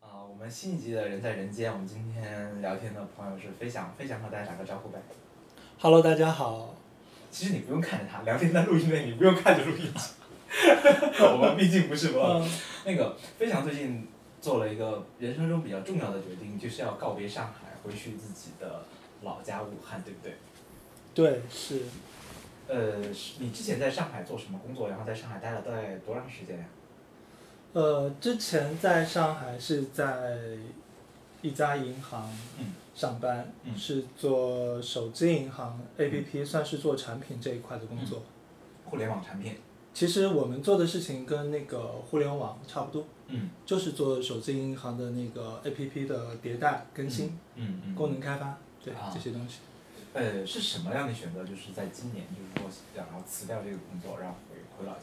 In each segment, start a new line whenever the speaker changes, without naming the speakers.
啊们新一集的《人在人间》，我们今天聊天的朋友是飞翔，飞翔和大家打个招呼呗。
Hello，大家好。
其实你不用看着他，聊天在录音内，你不用看着录音机。 我们毕竟不是播。
嗯，
那个飞翔最近做了一个人生中比较重要的决定，就是要告别上海，回去自己的老家武汉，对不对？
对，是
呃，是你之前在上海做什么工作？然后在上海待了大概多长时间呀、
呃，之前在上海是在一家银行
嗯
上班，
嗯
是做手机银行 APP，、算是做产品这一块的工作。
嗯互联网产品。
其实我们做的事情跟那个互联网差不多，
嗯
就是做手机银行的那个 APP 的迭代更新、
嗯嗯。
功能开发，对、
啊
这些东西。
呃，是什么样的选择？就是在今年，就是说想要辞掉这个工作，然后回回老家，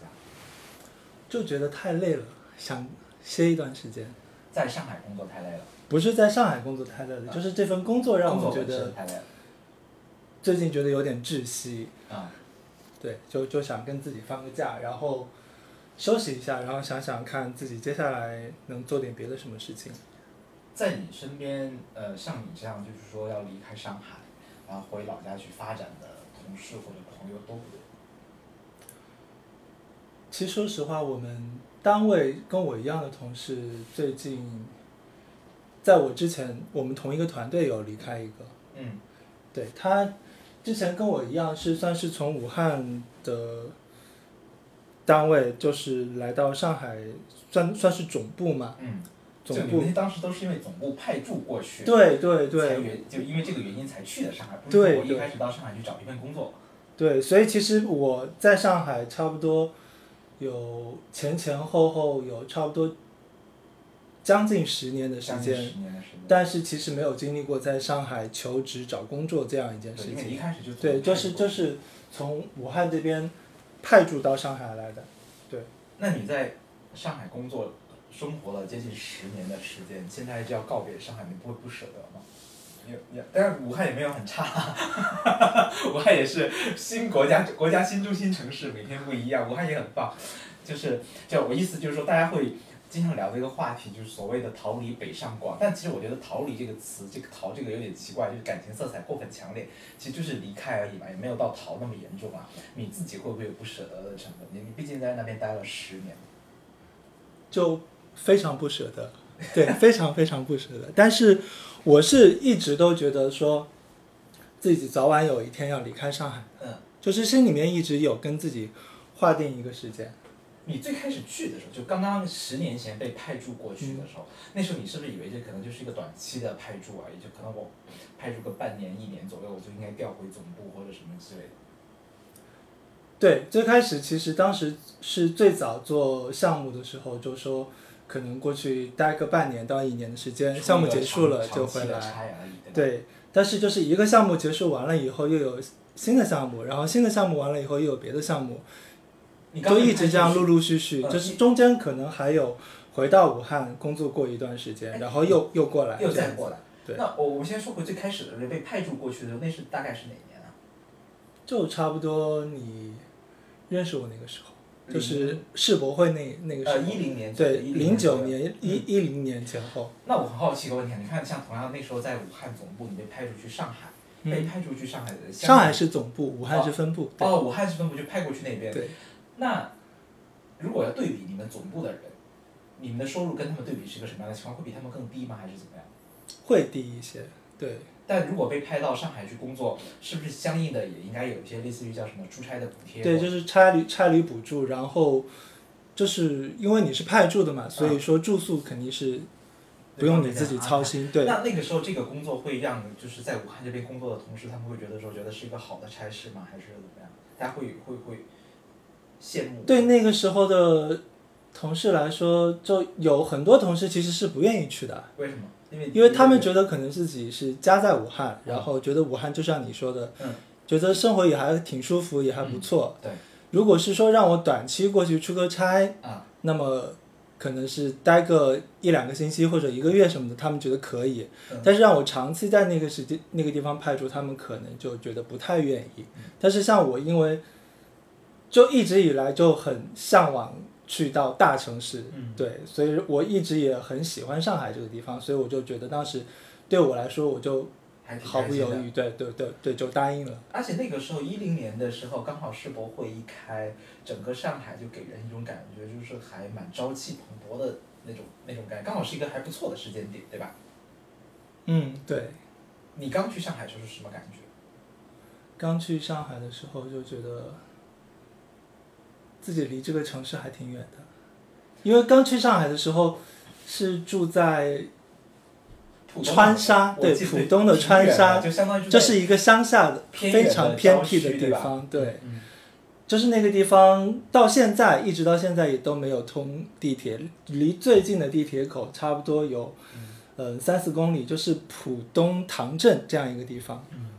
就觉得太累了，想歇一段时间。
在上海工作太累了，
不是在上海工作太累
啊
了，就是这份工作让
工
我
作
觉
本
得
身太累了。
最近觉得有点窒息，
啊、
对，就就想跟自己放个假，然后休息一下，然后想想看自己接下来能做点别的什么事情。
在你身边，呃，像你这样就是说要离开上海，然后回老家去发展的同事或者朋友多不多？
其实说实话，我们单位跟我一样的同事最近，在我之前，我们同一个团队有离开一个，
嗯
对他之前跟我一样是算是从武汉的单位，就是来到上海，算算是总部嘛，
嗯，就
总
你
部。
们当时都是因为总部派驻过去，
对对对，
才原就因为这个原因才去的上海，不是
对
说我一
对
开始到上海去找一份工作。
对，所以其实我在上海差不多有前前后后有差不多将近十年的时
将近
间，
十年的时间，
但是其实没有经历过在上海求职找工作这样一件
对
事
因为
情。
一开始就
对，
总
就
部派
是
驻
就
过去
是从武汉这边派驻到上海来的。
那你在上海工作生活了接近十年的时间，现在就要告别上海，你不会不舍得吗？也也，但是武汉也没有很差， 武汉也是新国家国家新中心城市，每天不一样，武汉也很棒。就是就我意思就是说，大家会经常聊这个话题，就是所谓的逃离北上广，但其实我觉得“逃离”这个词，这个“逃”这个有点奇怪，就是感情色彩过分强烈，其实就是离开而已嘛，也没有到逃那么严重啊。你自己会不会有不舍得的成分？你你毕竟在那边待了十年。
就非常不舍得，对， 非常非常不舍得。但是我是一直都觉得说，自己早晚有一天要离开上海，
嗯，
就是心里面一直有跟自己划定一个时间。
你最开始去的时候，就刚刚十年前被派驻过去的时候，
嗯
那时候你是不是以为这可能就是一个短期的派驻而已？就可能我派驻个半年、一年左右，我就应该调回总部或者什么之类的。
对，最开始其实当时是最早做项目的时候，就说可能过去待个半年到一年的时间，项目结束了就回来。
差而已，对吧？
对，但是就是一个项目结束完了以后，又有新的项目，然后新的项目完了以后又有别的项目，
你刚
就
刚
一直这样陆陆续续，
嗯
就是中间可能还有回到武汉工作过一段时间，然后又又过来，
哎又
这
再
样
过来。
对
那我我们先说回最开始的时候被派驻过去的时候，那是大概是哪一年啊？
就差不多你认识我那个时候，就是世博会那那个
呃
时
一
候，
零年嗯左右
对，
10
零
左右
九年一一零年前后，
那我很好奇一个问题啊，你看像同样那时候在武汉总部，你被派驻去上海，被
嗯，
派驻去上海的香
上
港
海是总部，武汉是分部，对
哎哦，武汉是分部就派过去那边。
对。
那如果要对比你们总部的人，你们的收入跟他们对比是一个什么样的情况？会比他们更低吗？还是怎么样？
会低一些，对，
但如果被派到上海去工作，是不是相应的也应该有一些类似于叫什么出差的补贴？
对，就是差旅差旅补助，然后就是因为你是派驻的嘛，所
嗯
以说住宿肯定是不用你自己操心，对。
啊那那个时候，这个工作会让就是在武汉这边工作的同事，他们会觉得说，觉得是一个好的差事吗？还是怎么样？大家会会会羡慕？
对那个时候的同事来说，就有很多同事其实是不愿意去的，
为什么？因为
因为他们觉得可能自己是家在武汉，然后觉得武汉就像你说的，
嗯
觉得生活也还挺舒服，也还不错。
对
如果是说让我短期过去出个差，
啊，
那么可能是待个一两个星期或者一个月什么的，他们觉得可以。
嗯
但是让我长期在那个时间那个地方派驻，他们可能就觉得不太愿意。但是像我，因为就一直以来就很向往去到大城市，
嗯
对，所以我一直也很喜欢上海这个地方，所以我就觉得当时对我来说，我就
还挺
毫
开
不
心的
犹豫，对对对对，就答应了。
而且那个时候一零年的时候，刚好世博会一开，整个上海就给人一种感觉，就是还蛮朝气蓬勃的那种那种感觉，刚好是一个还不错的时间点，对吧？
嗯，对，
你刚去上海的时候是什么感觉？
刚去上海的时候就觉得自己离这个城市还挺远的，因为刚去上海的时候是住在
浦东
川沙，
我
对，
记得
浦东的
挺
川
远
沙，
就相当于
这
在
是一个乡下的
偏
非
远
常
的
偏
郊
僻的
区
地
对吧
方，对，
嗯，
就是那个地方到现在一直到现在也都没有通地铁，离最近的地铁口差不多有
嗯
呃三四公里，就是浦东塘镇这样一个地方，
嗯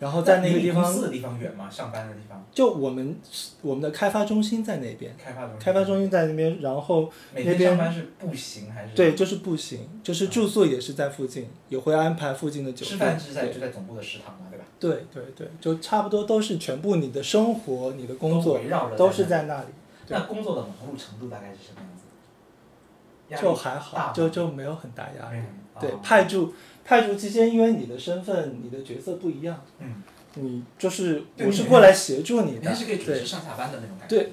然后在那个地
离
方
公司的地方远吗？上班的地方，
就我们我们的开发中心在那边，
开发中心
开发中心在那边，然后
每
那
天
边
上班是步行还是
对，就是步行，就是住宿也是在附近，也会安排附近的酒
吃
店。
饭是在
对
就在总部的食堂嘛，对吧？
对对对，就差不多都是全部你的生活、你的工
都
作
围绕着
都是
在
在那里，对
那工作的忙碌程度大概是什么样子？压力
就还
大吗
好，就就没有很大压
没
力。
有
对
啊，
派驻派驻期间，因为你的身份、你的角色不一样，
嗯，
你就是
对
我是
你
过来协助你
你
的
还是可以，准时
对，
上下班的那种感觉，
对
对，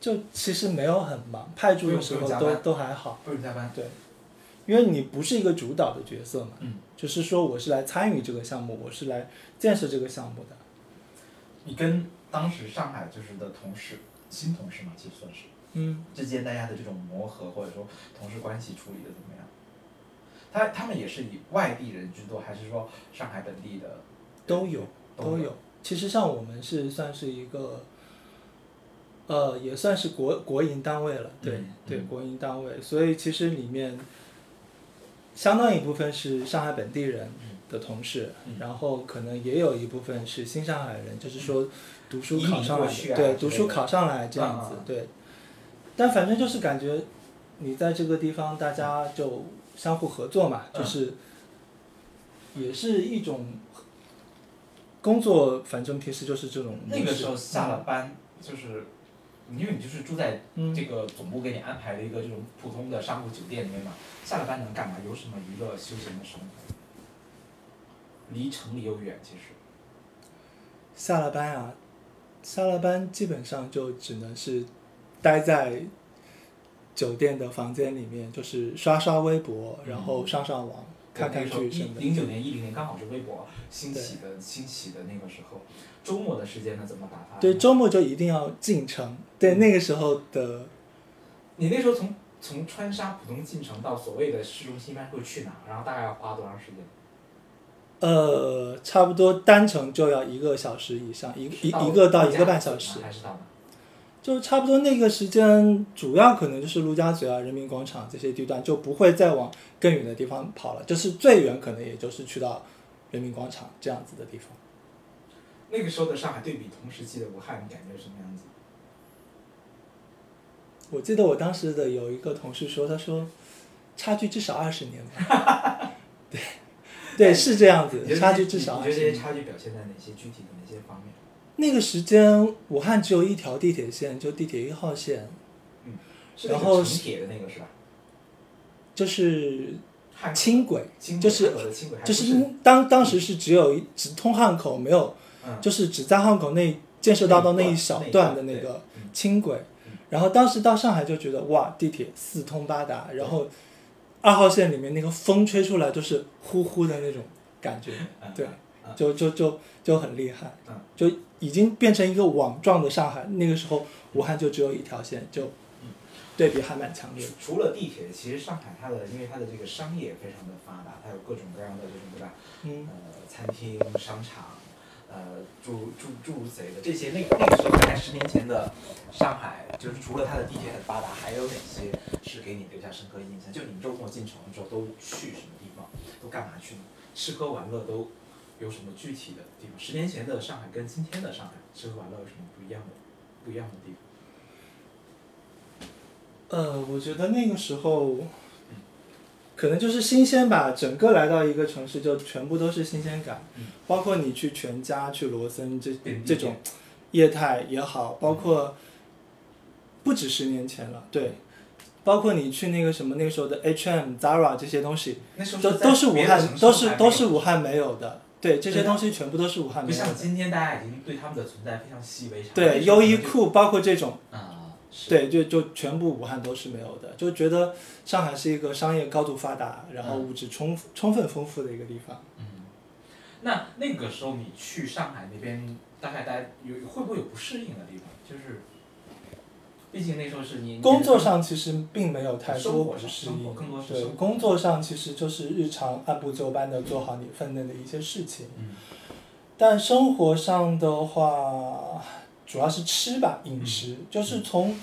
就其实没有很忙，派驻的时
不用
候
加
都
班
都还好，
不用加班，
对，因为你不是一个主导的角色嘛，
嗯，
就是说我是来参与这个项目，我是来建设这个项目的，
你跟当时上海就是的同事，新同事嘛，其实算是
嗯，
之间大家的这种磨合，或者说同事关系处理的怎么样？他他们也是以外地人居多，还是说上海本地的
都有
都
都有。其实像我们是算是一个，呃，也算是国国营单位了，对、
嗯
对，
嗯
国营单位，所以其实里面相当一部分是上海本地人
嗯
的同事，
嗯
然后可能也有一部分是新上海人，就是说读书
移
考
民
上
过
来的，
去啊
对，
之
读
类
书
的
考上来这样
啊
子，
啊啊
对。但反正就是感觉你在这个地方，大家就相互合作嘛，
嗯
就是也是一种工作，反正平时就是这种模式。
那个时候下了班就是。因为你就是住在
嗯，
这个总部给你安排了一个这种普通的商务酒店里面嘛，下了班能干嘛？有什么娱乐休闲的生活？离城里又远，其实
下了班啊，下了班基本上就只能是待在酒店的房间里面，就是刷刷微博，
嗯
然后上上网，看看剧什么的。
零九年、一零年刚好是微博兴起的兴起的那个时候，周末的时间呢怎么打发？
对，，周末就一定要进城。对，那个时候的
你那时候从从川沙浦东进城到所谓的市中心，一般会去哪？然后大概要花多长时间？
呃，差不多单程就要一个小时以上，一一
哦
一个到一个半小时，
还是到哪？
就差不多那个时间，主要可能就是陆家嘴啊、人民广场这些地段，就不会再往更远的地方跑了，就是最远可能也就是去到人民广场这样子的地方。
那个时候的上海对比同时期的武汉，你感觉什么样子？
我记得我当时的有一个同事说，他说差距至少二十年吧。 对，对，是这样子
你觉，得
差
这
距
些
至少
你
二
觉得
十
这些
年。
差距表现在哪些具体的哪些方面？
那个时间，武汉只有一条地铁线，就地铁一号线，
是那
然
个
后
城铁的那个是吧？
就是
汉口
轻轨，
轻轨
就是
汉口的轻轨，还
就
不
是当当时是只有一只通汉口，没有
嗯，
就是只在汉口那建设大道那
那一
一
段
小
那一
段
段
的那
对
个
嗯
轻轨
嗯，
然后当时到上海就觉得哇，地铁四通八达，然后二号线里面那个风吹出来就是呼呼的那种感觉，
嗯
对啊
嗯
就就就就很厉害
嗯，
就已经变成一个网状的上海。那个时候武汉就只有一条线，就
嗯
对比还蛮强烈的。
除嗯除了地铁，其实上海它的因为它的这个商业非常的发达，它有各种各样的这种对吧？
嗯，
呃，餐厅、商场，呃，住住住贼的这些，那个那个时候大概十年前的上海，就是除了它的地铁很发达，还有哪些是给你留下深刻印象？就你周末进城的时候都去什么地方，都干嘛去呢？吃喝玩乐都有什么具体的地方？十年前的上海跟今天的上海吃喝玩乐有什么不一样的不一样的地方？
呃，我觉得那个时候。可能就是新鲜吧，整个来到一个城市就全部都是新鲜感，
嗯
包括你去全家、去罗森这
便利店
这种业态也好，包括不止十年前了，对，包括你去那个什么那个时候的 H&M、Zara 这些东西，
那时候
都
在
都是武
别的
汉，
城市还
都是
没
都
有
是武汉没有的，对，这些
对啊
东西全部都是武汉
不
没有
像
的，
今天大家已经对他们的存在非常习以为常。
对，优衣库包括这种。
啊，是
对，就就全部武汉都是没有的，就觉得上海是一个商业高度发达，然后物质充充分丰富的一个地方。
嗯。那那个时候你去上海那边，大概大家有会不会有不适应的地方？就是，毕竟那时候是你
工作上其实并没有太多
生活
不
上
适
生活
应，
更多是
对
生活
工作上其实就是日常按部就班的做好你分内的一些事情，
嗯
但生活上的话，主要是吃吧，
嗯
饮食、就是从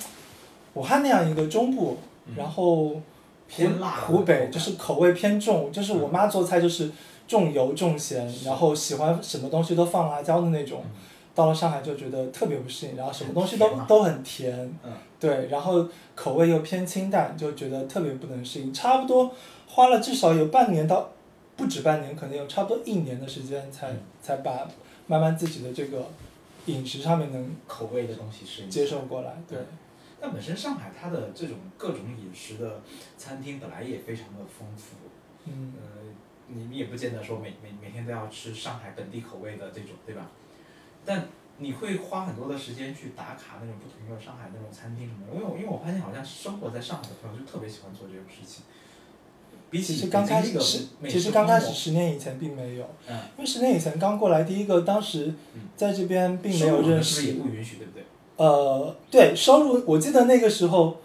武汉那样一个中部，
嗯
然后
偏辣
湖北
口感
就是口味偏重，就是
嗯
我妈做菜就是重油重咸，
是
然后喜欢什么东西都放辣椒的那种。
嗯
到了上海就觉得特别不适应，然后什么东西
很
都
甜嘛啊
都很甜，
嗯
对，然后口味又偏清淡，就觉得特别不能适应。差不多花了至少有半年到不止半年，可能有差不多一年的时间才，才
嗯
把慢慢自己的这个饮食上面能
口味的东西适应
接受过来。对，
但本身上海它的这种各种饮食的餐厅本来也非常的丰富，
嗯，
呃，你们也不见得说每每每天都要吃上海本地口味的这种，对吧？但你会花很多的时间去打卡那种不同的上海那种餐厅什么的，因为我因为我发现好像生活在上海的朋友就特别喜欢做这种事情。比
其
起
实刚开始
北
是
京那，个美
其
食
实刚开始
荒漠
十年以前并没有，
嗯
因为十年以前刚过来，第一个当时
嗯
在这边并没有
收入
认
是不是
识
也不允许，对不对？
呃，对，收入我记得那个时候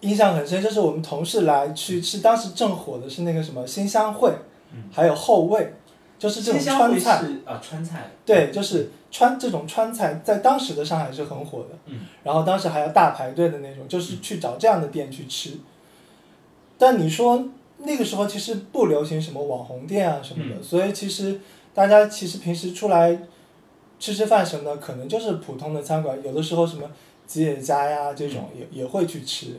印象很深，就是我们同事来去吃，当时正火的是那个什么新香烩，
嗯，
还有后味，就是这种
新疆
川
会
菜。
是啊川菜，
对，就是川这种川菜，在当时的上海是很火的，
嗯，
然后当时还要大排队的那种，就是去找这样的店去吃。但你说那个时候其实不流行什么网红店啊什么的，所以其实大家其实平时出来吃吃饭什么的，可能就是普通的餐馆，有的时候什么吉野家呀这种也、也会去吃，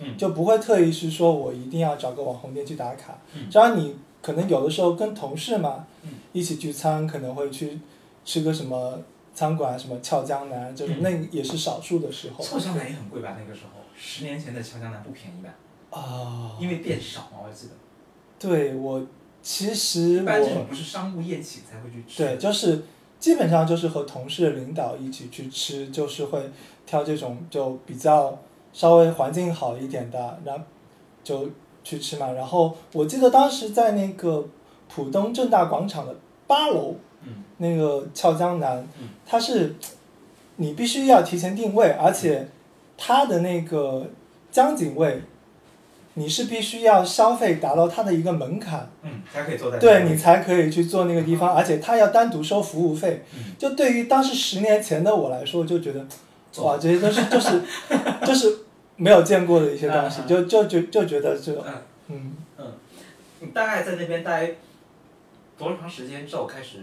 嗯
就不会特意是说我一定要找个网红店去打卡
嗯。
只要你可能有的时候跟同事嘛
嗯，
一起聚餐，可能会去吃个什么餐馆，什么俏江南这种，
嗯
那也是少数的时候。
臭江南也很贵吧？那个时候，十年前的俏江南不便宜吧？
啊，
因为店少嘛，我记得。
对我其实
一般这
我
种不是商务宴请才会去吃。
对就是基本上就是和同事领导一起去吃，就是会挑这种就比较稍微环境好一点的，然后就去吃嘛。然后我记得当时在那个浦东正大广场的八楼
嗯
那个俏江南
嗯，
它是你必须要提前定位，而且它的那个江景位，你是必须要消费达到它的一个门槛，
嗯，才可以坐在那
对
里
你才可以去做那个地方，而且它要单独收服务费
嗯。
就对于当时十年前的我来说，就觉得
做
哇，这些都是就是就是没有见过的一些东西
嗯，嗯
就就就就觉得这
嗯
嗯。
你大概在那边待多长时间之后，开始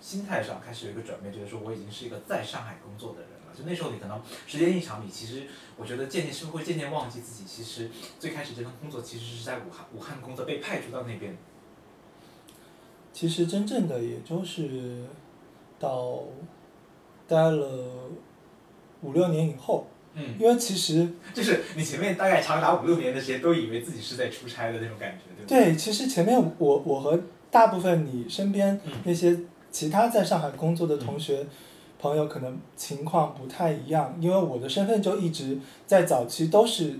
心态上开始有一个转变，觉得说我已经是一个在上海工作的人了。就那时候你可能时间一长，你其实我觉得渐渐是不是会渐渐忘记自己其实最开始这份工作其实是在武汉武汉工作被派驻到那边。
其实真正的也就是到待了五六年以后，
嗯，
因为其实
就是你前面大概长达五六年的时间都以为自己是在出差的那种感觉，对不对？
对，其实前面我我和大部分你身边
嗯
那些其他在上海工作的同学、朋友，可能情况不太一样，因为我的身份就一直在早期都是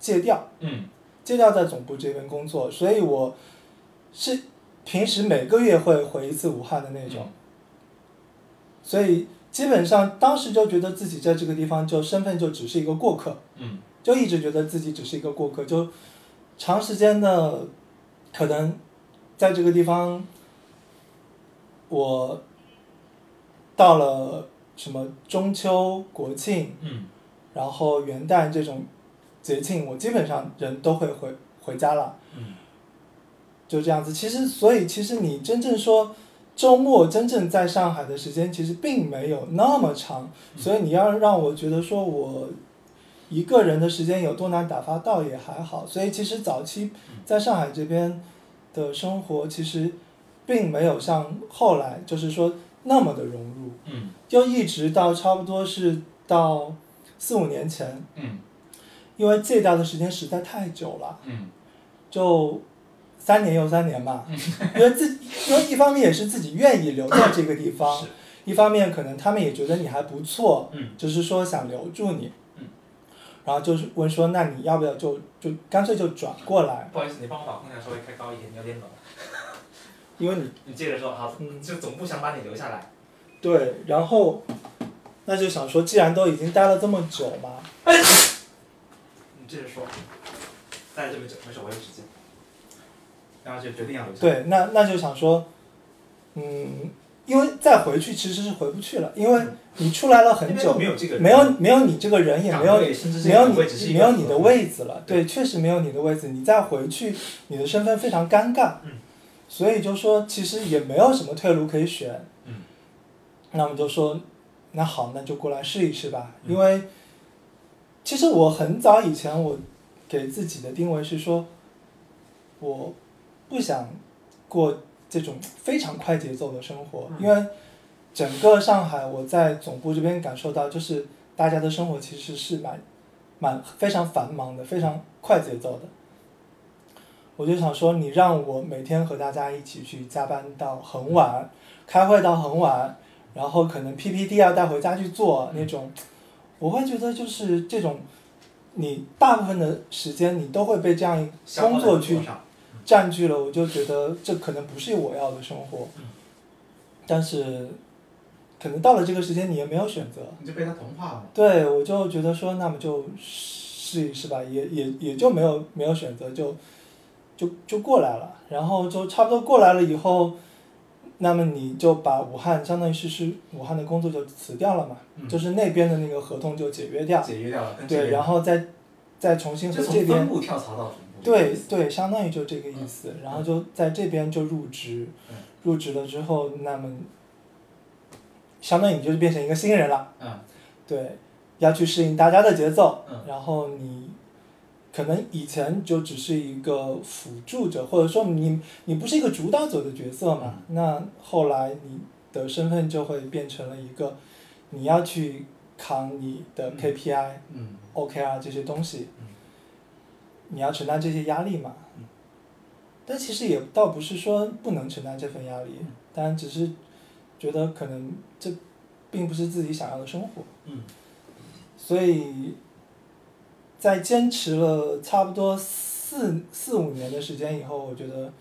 借调，
嗯
借调在总部这边工作，所以我是平时每个月会回一次武汉的那种，所以基本上当时就觉得自己在这个地方就身份就只是一个过客。
嗯
就一直觉得自己只是一个过客，就长时间的可能在这个地方，我到了什么中秋、国庆，
嗯
然后元旦这种节庆，我基本上人都会回回家了，
嗯
就这样子。其实，所以其实你真正说。周末真正在上海的时间其实并没有那么长，
嗯
所以你要让我觉得说我一个人的时间有多难打发，倒也还好。所以其实早期
嗯
在上海这边的生活，其实并没有像后来就是说那么的融入，
嗯
就一直到差不多是到四五年前，
嗯
因为借调的时间实在太久了，
嗯
就三年又三年吧。 因为自己，因为一方面也是自己愿意留在这个地方
是，
一方面可能他们也觉得你还不错，
嗯
就是说想留住你
嗯。
然后就是问说，那你要不要就就干脆就转过来，
不好意思，你帮我把空调稍微开高一点，有点冷。
因为你
你接着说，好，
嗯
就总不想把你留下来。
对，然后那就想说，既然都已经待了这么久嘛，
你接着说，待了这么久，没事，我有纸巾。然后就决定要留下来。
对，那那就想说，嗯，因为再回去其实是回不去了，因为你出来了很
因为
久，
没有这个人
没有没有你这个人，也
岗
没有
位，甚至这
没
个
有
岗
你
位只是一
没
个
有你的
合同
位子了，对，确实没有你的位子，你再回去，你的身份非常尴尬，
嗯
所以就说其实也没有什么退路可以选，
嗯
那我们就说，那好，那就过来试一试吧，
嗯
因为其实我很早以前我给自己的定位是说，我不想过这种非常快节奏的生活，
嗯
因为整个上海我在总部这边感受到，就是大家的生活其实是蛮蛮非常繁忙的，非常快节奏的。我就想说，你让我每天和大家一起去加班到很晚，开会到很晚，然后可能 PPT 要带回家去做
嗯
那种，我会觉得就是这种，你大部分的时间你都会被这样一
消耗
工
在
作去
上，
占据了，我就觉得这可能不是我要的生活。
嗯
但是，可能到了这个时间，你也没有选择。
你就被他同化了。
对我就觉得说，那么就试一试吧，也也也就没有没有选择，就就就过来了。然后就差不多过来了以后，那么你就把武汉相当于是是武汉的工作就辞掉了嘛，
嗯
就是那边的那个合同就解约掉，
解约掉了，跟这
对，
边
然后再再重新和
就
这
从
边
分部跳槽到总部。
对对，相当于就这个意思。然后就在这边就入职
嗯，
入职了之后，那么相当于你就是变成一个新人了。
嗯
对，要去适应大家的节奏
嗯，
然后你可能以前就只是一个辅助者，或者说你你不是一个主导者的角色嘛。
嗯
那后来你的身份就会变成了一个你要去扛你的
嗯
KPI，
嗯
OK 啊这些东西
嗯，
你要承担这些压力嘛
嗯。
但其实也倒不是说不能承担这份压力
嗯，
但只是觉得可能这并不是自己想要的生活，
嗯
所以在坚持了差不多四四五年的时间以后，我觉得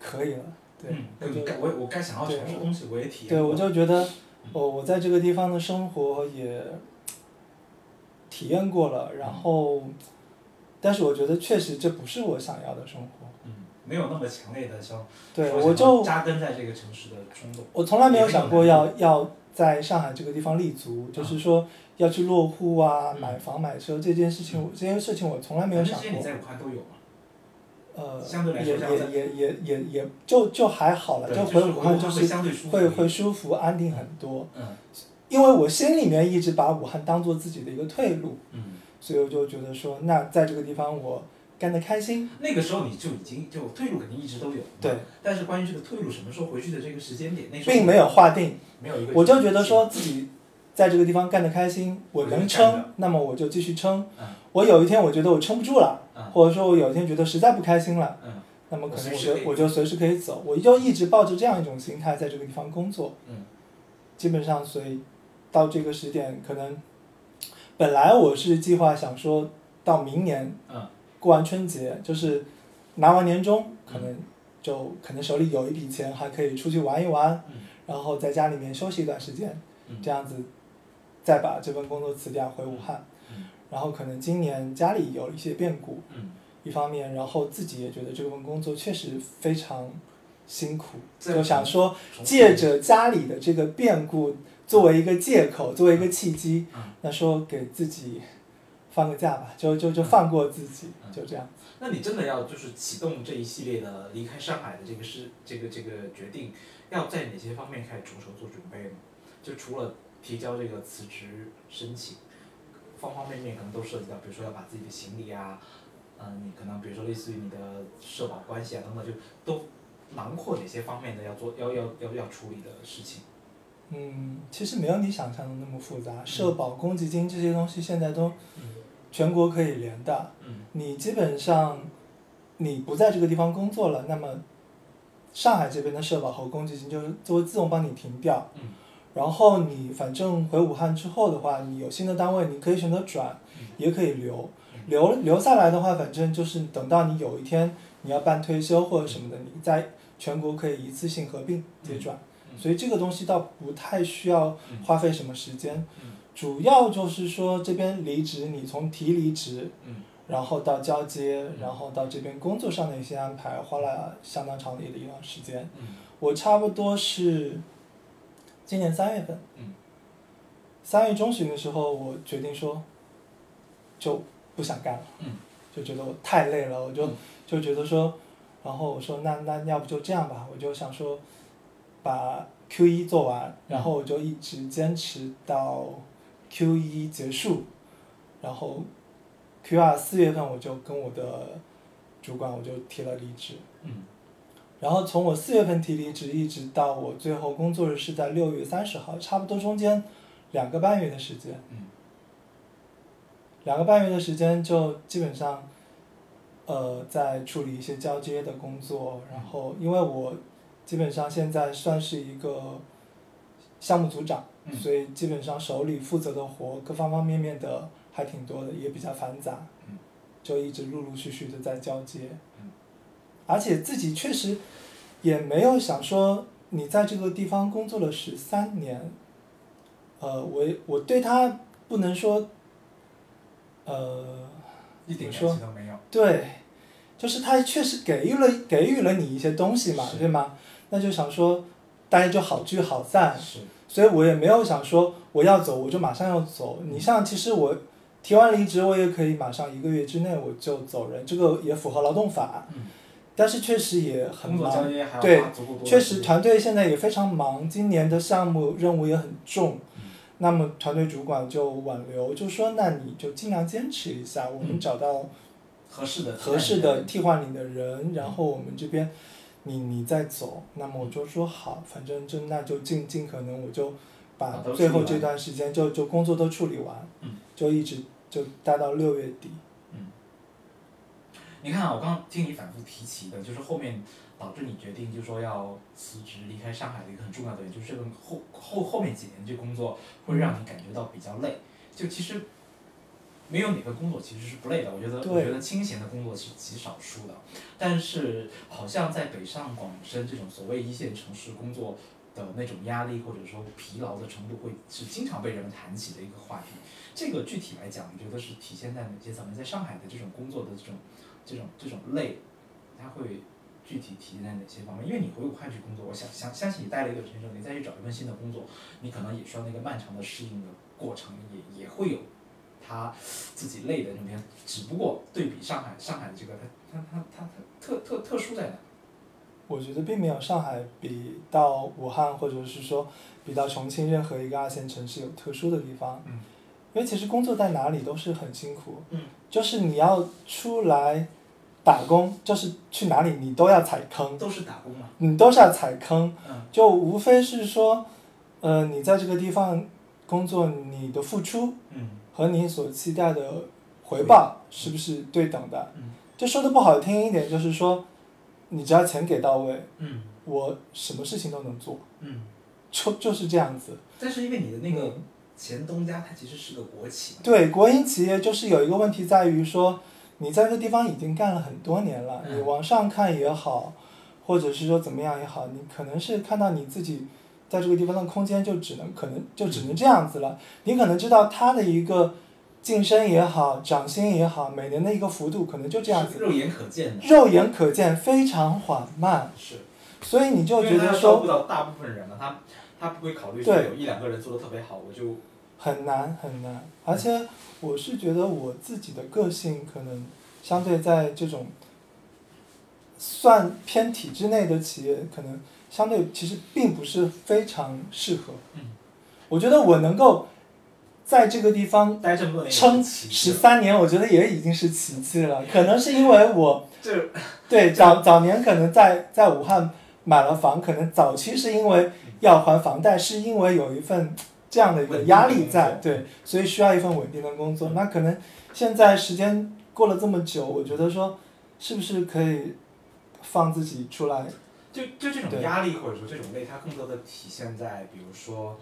可以了。对，
嗯，
我就
我该我我该想要尝试的东西我也体验
对，
过
我就觉得
嗯
哦我我在这个地方的生活也体验过了，然后，
嗯
但是我觉得确实这不是我想要的生活。
嗯没有那么强烈的想
对，
说想
我就
扎根在这个城市的冲动。
我从来没有想过
也
要要在上海这个地方立足，就是说要去落户啊、
嗯
买房买车这件事情，我这件事情我从来没有想
反正这些你
过。
在武汉都有嘛？
呃，
相对来说
也
像
也也也也也就就还好了，
对
就
就是
回武汉就
会
是
相对舒服一
会
点。
会舒服、安定很多。
嗯
因为我心里面一直把武汉当做自己的一个退路，
嗯，
所以我就觉得说，那在这个地方我干得开心，
那个时候你就已经就退路肯定一直都有。
对。
但是关于这个退路什么时候回去的这个时间点，那时候
并没有划定，
没有一个。
我就觉得，说自己在这个地方干得开心，我能
我就干
撑，那么我就继续撑
嗯。
我有一天我觉得我撑不住了，
嗯
或者说我有一天觉得实在不开心了，
嗯
那么可能
我随
我
时
就
可以
我就随时可以走，我就一直抱着这样一种心态在这个地方工作。
嗯
基本上，所以到这个时点，可能本来我是计划想说到明年
嗯
过完春节，就是拿完年终，
嗯
可能就可能手里有一笔钱，还可以出去玩一玩，
嗯
然后在家里面休息一段时间，
嗯
这样子再把这份工作辞掉回武汉
嗯。
然后可能今年家里有一些变故，
嗯，
一方面，然后自己也觉得这份工作确实非常辛苦，
这
就想说
重复
借着家里的这个变故作为一个借口，作为一个契机
嗯，
那说给自己放个假吧，就就就放过自己，
嗯
就这样。
那你真的要就是启动这一系列的离开上海的这个事，这个这个决定，要在哪些方面开始着手做准备呢？就除了提交这个辞职申请，方方面面可能都涉及到，比如说要把自己的行李啊，嗯、你可能比如说类似于你的社保关系啊等等，就都囊括哪些方面的要做要要要要处理的事情。
嗯，其实没有你想象的那么复杂。社保、公积金这些东西现在都全国可以联的。
嗯
你基本上你不在这个地方工作了，那么上海这边的社保和公积金就是就会自动帮你停掉。
嗯
然后你反正回武汉之后的话，你有新的单位，你可以选择转，
嗯
也可以留。留留下来的话，反正就是等到你有一天你要办退休或者什么的，你在全国可以一次性合并结转。
嗯
所以这个东西倒不太需要
嗯
花费什么时间，
嗯
主要就是说这边离职，你从提离职，
嗯
然后到交接，
嗯
然后到这边工作上的一些安排，花了相当长的一段时间。
嗯
我差不多是今年三月份，
嗯
三月中旬的时候，我决定说就不想干了，
嗯
就觉得我太累了，我就、
嗯
就觉得说，然后我说那那要不就这样吧，我就想说把 Q 一做完，然后我就一直坚持到 Q 一结束，然后 Q 二四月份我就跟我的主管我就提了离职，
嗯
然后从我四月份提离职，一直到我最后工作日是在六月三十号，差不多中间两个半月的时间。
嗯
两个半月的时间就基本上，呃，在处理一些交接的工作，然后因为我基本上现在算是一个项目组长，
嗯
所以基本上手里负责的活各方方面面的还挺多的，也比较繁杂，
嗯
就一直陆陆续续的在交接，
嗯
而且自己确实也没有想说你在这个地方工作了十三年，呃，我也我对他不能说，呃，
一点
怎
感
么说
情都没有。
对，就是他确实给予了给予了你一些东西嘛，
是
对吗？那就想说大家就好聚好散，
是，
所以我也没有想说我要走我就马上要走。
嗯
你像其实我提完离职，我也可以马上一个月之内我就走人，这个也符合劳动法。
嗯
但是确实也很
工作
忙
交，接还要
对
花足够多的
确
时
实
间
团队现在也非常忙，今年的项目任务也很重。
嗯
那么团队主管就挽留，就说那你就尽量坚持一下，我们
嗯
找到
合适的
合适的替换你的人，然后我们这边你你再走，那么我就说好，反正就那就尽尽可能我就
把
把
啊都
最后
处理完
这段时间就就工作都处理完，
嗯
就一直就待到六月底，
你看啊，我刚刚听你反复提起的，就是后面导致你决定就说要辞职离开上海的一个很重要的原因，就是这个后后后面几年这工作会让你感觉到比较累。就其实没有哪个工作其实是不累的，我觉得
对
我觉得清闲的工作是极少数的。但是好像在北上广深这种所谓一线城市工作的那种压力或者说疲劳的程度，会是经常被人们谈起的一个话题。这个具体来讲，你觉得是体现在哪些咱们在上海的这种工作的这种这种这种累，它会具体体现在哪些方面？因为你回武汉去工作，我想相相信你待了一段时间之后，你再去找一份新的工作，你可能也需要那个漫长的适应的过程，也也会有他自己累的那边。只不过对比上海，上海这个它它它它它特特特殊在哪？
我觉得并没有上海比到武汉或者是说比到重庆任何一个二线城市有特殊的地方，
嗯
因为其实工作在哪里都是很辛苦，
嗯
就是你要出来打工，就是去哪里你都要踩坑，
都是打工嘛。
你都是要踩坑，
嗯
就无非是说，呃，你在这个地方工作，你的付出
嗯
和你所期待的回报是不是对等的？
嗯
就说的不好听一点，就是说，你只要钱给到位，
嗯
我什么事情都能做，
嗯。
就就是这样子。
但是因为你的那个
嗯
前东家，它其实是个国企嘛。
对国营企业，就是有一个问题在于说，你在这个地方已经干了很多年了，
嗯
你往上看也好，或者是说怎么样也好，你可能是看到你自己在这个地方的空间就只能可能就
嗯
只能这样子了。你可能知道它的一个晋升也好，涨薪也好，每年的一个幅度可能就这样
是
子，
肉眼可见的。
肉眼可见，非常缓慢，
是。
所以你就觉
因为他
得
要照
说
顾到大部分人了，他他不会考虑说
对
有一两个人做的特别好，我就
很难很难，而且我是觉得我自己的个性可能相对在这种算偏体制内的企业，可能相对其实并不是非常适合。
嗯
我觉得我能够在这个地方
待这么多年也
撑
是奇迹
十
了。
三年，我觉得也已经是奇迹了。可能是因为我
这
对早早年可能在在武汉买了房，可能早期是因为要还房贷，是因为有一份这样的一个压力在，
稳定的工作
对，所以需要一份稳定的工作。那可能现在时间过了这么久，我觉得说是不是可以放自己出来？
就就这种
对
压力或者说这种累，它更多的体现在比如说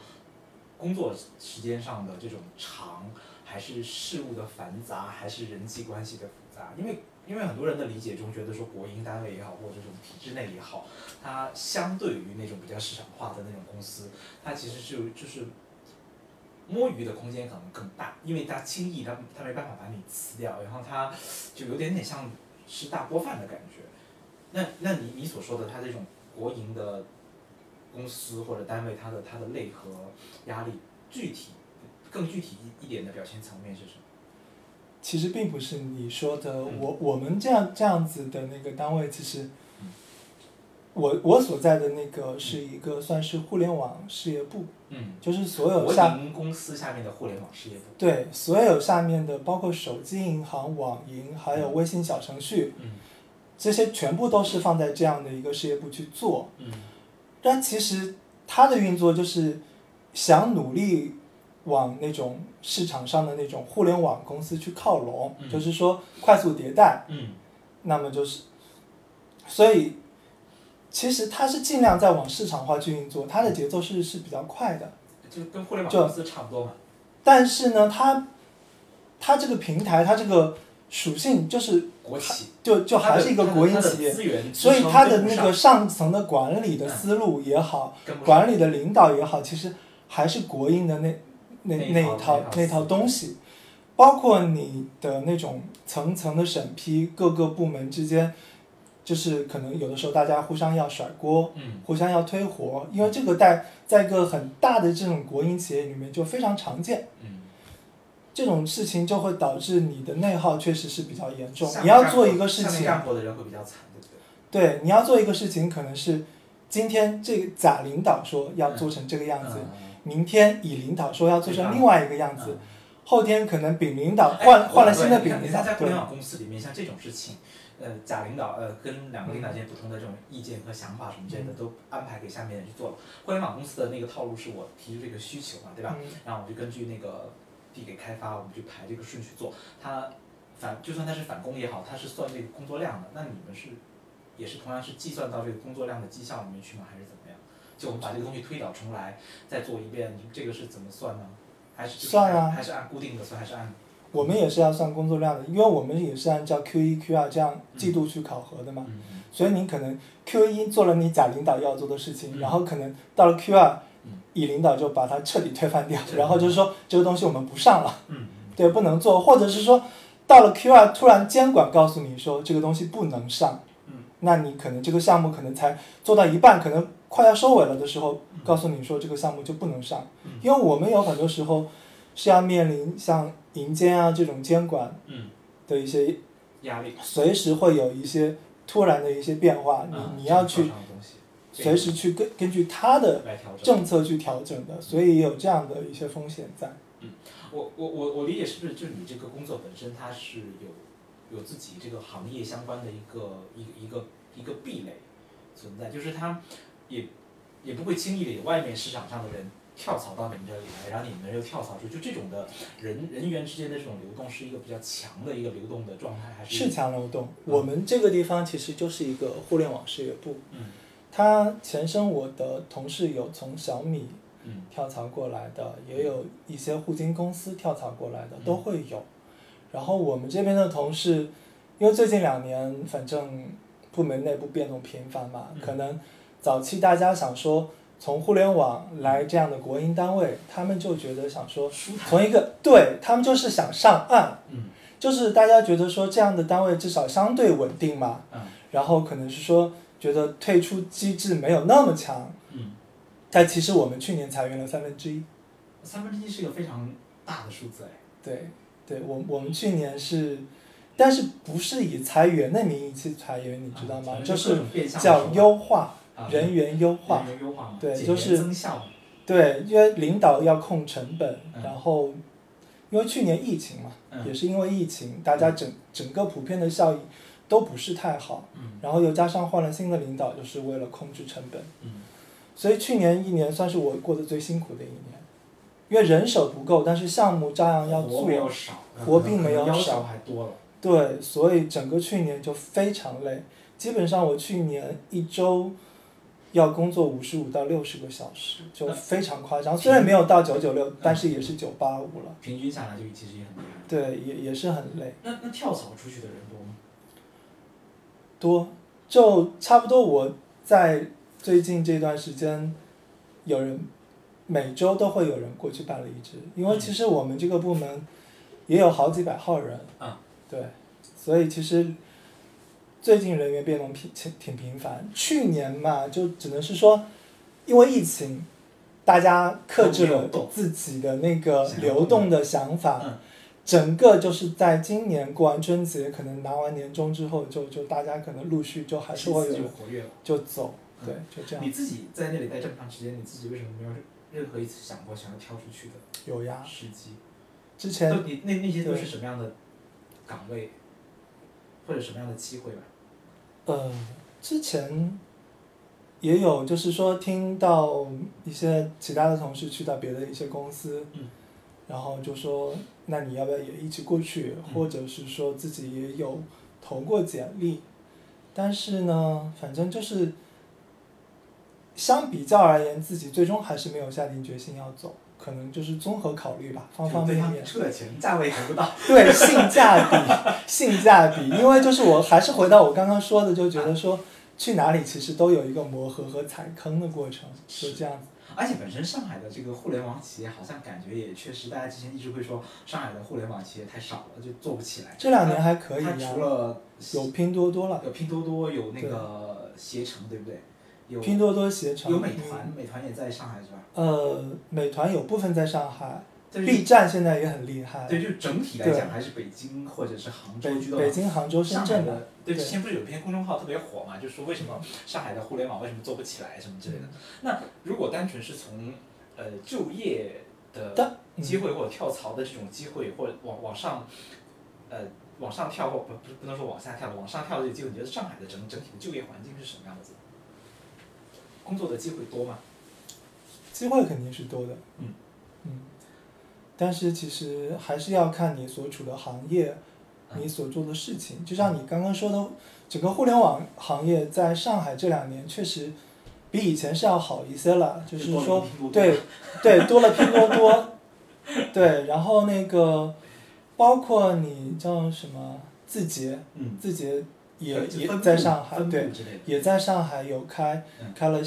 工作时间上的这种长，还是事物的繁杂，还是人际关系的复杂。因为因为很多人的理解中觉得说国营单位也好，或者这种体制内也好，它相对于那种比较市场化的那种公司，它其实就就是摸鱼的空间可能更大，因为它轻易它它没办法把你辞掉，然后它就有点点像吃大锅饭的感觉。那那你你所说的它这种国营的公司或者单位，它的它的累和压力，具体更具体一一点的表现层面是什么？
其实并不是你说的，
嗯
我我们这样这样子的那个单位，其实
嗯
我我所在的那个是一个算是互联网事业部，
嗯，
就是所有
国
下
营公司下面的互联网事业部。
对，所有下面的包括手机银行、网银，还有微信小程序，
嗯
这些全部都是放在这样的一个事业部去做。
嗯
但其实它的运作就是想努力往那种市场上的那种互联网公司去靠拢，
嗯
就是说快速迭代。
嗯
那么就是，所以其实它是尽量在往市场化去运作，它的节奏是是比较快的。
就跟互联网
就
公司差不多嘛。
但是呢，它它这个平台，它这个属性就是
国企
就就还是一个国营
它的
企业，
它的资源支撑
所以它的
跟不
那
上嗯
个上层的管理的思路也好，
跟不上
管理的领导也好，其实还是国营的那
那
那
一
那
套
一套
那一套思
套
路
东西，包括你的那种层层的审批，各个部门之间，就是可能有的时候大家互相要甩锅，
嗯
互相要推活，因为这个在在一个很大的这种国营企业里面就非常常见，
嗯
这种事情就会导致你的内耗确实是比较严重
下。面
你要
干
做
活
一个事
下面
情，
干活的人会比较惨，对不对？
对，你要做一个事情，可能是今天这个甲领导说要做成这个样子，
嗯
明天乙领导说要做成
对
另外一个样子，
嗯
后天可能丙领导
哎
换、
我
换了
对
新的
你
丙
看你
领
看
导
在，互
对
联，网公司里面，像这种事情，呃，甲领导呃跟两个领导
嗯
之间不同的这种意见和想法什么之类的，都安排给下面人去做了。互联网公司的那个套路是我提出这个需求嘛，对吧？
嗯
然后我们就根据那个递给开发，我们就排这个顺序做。它返就算它是返工也好，它是算这个工作量的。那你们是也是同样是计算到这个工作量的绩效里面去吗？还是怎么样？就我们把这个东西推导重来，再做一遍，这个是怎么算呢？还是就是
算啊
按还是按固定的算，还是按
我们也是要算工作量的，因为我们也是按照 Q 一、Q 二这样季度去考核的嘛。
嗯嗯
所以你可能 Q 一做了你甲领导要做的事情，
嗯
然后可能到了 Q 二
嗯，
乙领导就把它彻底推翻掉，
对
然后就是说这个东西我们不上了，
嗯
对，不能做，或者是说到了 Q 二突然监管告诉你说这个东西不能上，
嗯，
那你可能这个项目可能才做到一半，可能快要收尾了的时候，
嗯
告诉你说这个项目就不能上
嗯，
因为我们有很多时候是要面临像银监啊这种监管
嗯，
的一些，
压力，
随时会有一些突然的一些变化，
啊
你你要
这
去
个创伤的东西
随时去根根据他的
来调整。
政策去调整的，所以也有这样的一些风险在。
我我我我理解是不是就你这个工作本身它是有有自己这个行业相关的一个一个一个一个壁垒存在，就是它也也不会轻易的有外面市场上的人跳槽到你们这里来，然后你们又跳槽出去，就这种的人人员之间的这种流动是一个比较强的一个流动的状态，还是
市场流动，
嗯
我们这个地方其实就是一个互联网事业部，
嗯
它前身我的同事有从小米
嗯
跳槽过来的，也有一些互金公司跳槽过来的
嗯，
都会有。然后我们这边的同事，因为最近两年反正部门内部变动频繁嘛，
嗯
可能早期大家想说从互联网来这样的国营单位，他们就觉得想说
舒坦
从一个对他们就是想上岸，
嗯
就是大家觉得说这样的单位至少相对稳定嘛，
嗯
然后可能是说觉得退出机制没有那么强，
嗯，
但其实我们去年裁员了三分之一。
三分之一是一个非常大的数字哎。
对，对我我们去年是，但是不是以裁员的名义去裁员，你知道吗？
啊
就
各
是
种变相的
叫
手段
优化
啊
人员优化，
人员优化嘛，
对
减
就是
员增效嘛，
对，因为领导要控成本，
嗯
然后因为去年疫情嘛，
嗯
也是因为疫情，大家整整个普遍的效益都不是太好，
嗯
然后又加上换了新的领导，就是为了控制成本，
嗯
所以去年一年算是我过得最辛苦的一年，因为人手不够，但是项目照样要
嗯活
做
没，有少，啊
活并没有
可能要
少
求还多了。
对，所以整个去年就非常累，基本上我去年一周要工作五十五到六十个小时，就非常夸张。虽然没有到九九六，但是也是九八五了，
平均下来就其实也很厉害。
对，也也是很累。
那那跳槽出去的人多吗？
多，就差不多。我在最近这段时间，有人每周都会有人过去办离职，因为其实我们这个部门也有好几百号人，
嗯，
对，所以其实最近人员变动频挺挺频繁。去年嘛，就只能是说，因为疫情，大家克制
都没
了
有动
自己的那个
想要
流动的想法，
嗯
整个就是在今年过完春节，可能拿完年终之后就，就大家可能陆续就还是会有
就
人
活跃了。
就走，
嗯
对，就这样
你自己在那里待这么长时间，你自己为什么没有任何一次想过想要跳出去的
有呀。
时机？
之前
都你那那些都
对
是什么样的岗位，或者什么样的机会吧？
呃，之前也有，就是说听到一些其他的同事去到别的一些公司，
嗯
然后就说那你要不要也一起过去，
嗯
或者是说自己也有投过简历，但是呢，反正就是相比较而言，自己最终还是没有下定决心要走。可能就是综合考虑吧，方方面面。
出的钱价位还不到。
对性价比，性价比，因为就是我还是回到我刚刚说的，就觉得说去哪里其实都有一个磨合和踩坑的过程，就是这样子。
而且本身上海的这个互联网企业好像感觉也确实，大家之前一直会说上海的互联网企业太少了，就做不起来。
这两年还可以
它
呀
除，了
有啊拼多多了，
有拼多多，有那个携程，对不对？有
拼多多嗯携程
有美团，，美团也在上海是吧？
呃，美团有部分在上海
但是
，B 站现在也很厉害，
对，就整体来讲
对
还是北京或者是杭州
北
居多吧。
北京、杭州、深
上海的
圳的，
对，
对
之前不是有一篇公众号特别火嘛，就说为什么上海的互联网为什么做不起来什么之类
嗯
的。那如果单纯是从呃就业的
但嗯
机会或者跳槽的这种机会，或者往往上，呃往上跳或不不不能说往下跳，往上跳的这个机会，你觉得上海的整整体的就业环境是什么样子？工作的机会多吗？
机会肯定是多的，
嗯
嗯，但是其实还是要看你所处的行业，
嗯
你所做的事情。就像你刚刚说的，整个互联网行业在上海这两年确实比以前是要好一些了，就是
多了
说
拼多多
对对多了拼 多多，对，然后那个包括你叫什么字节，
嗯，
字节也
就
也
分
在
布
上海
分布
对。
之类的，
也在上海有开
嗯
开了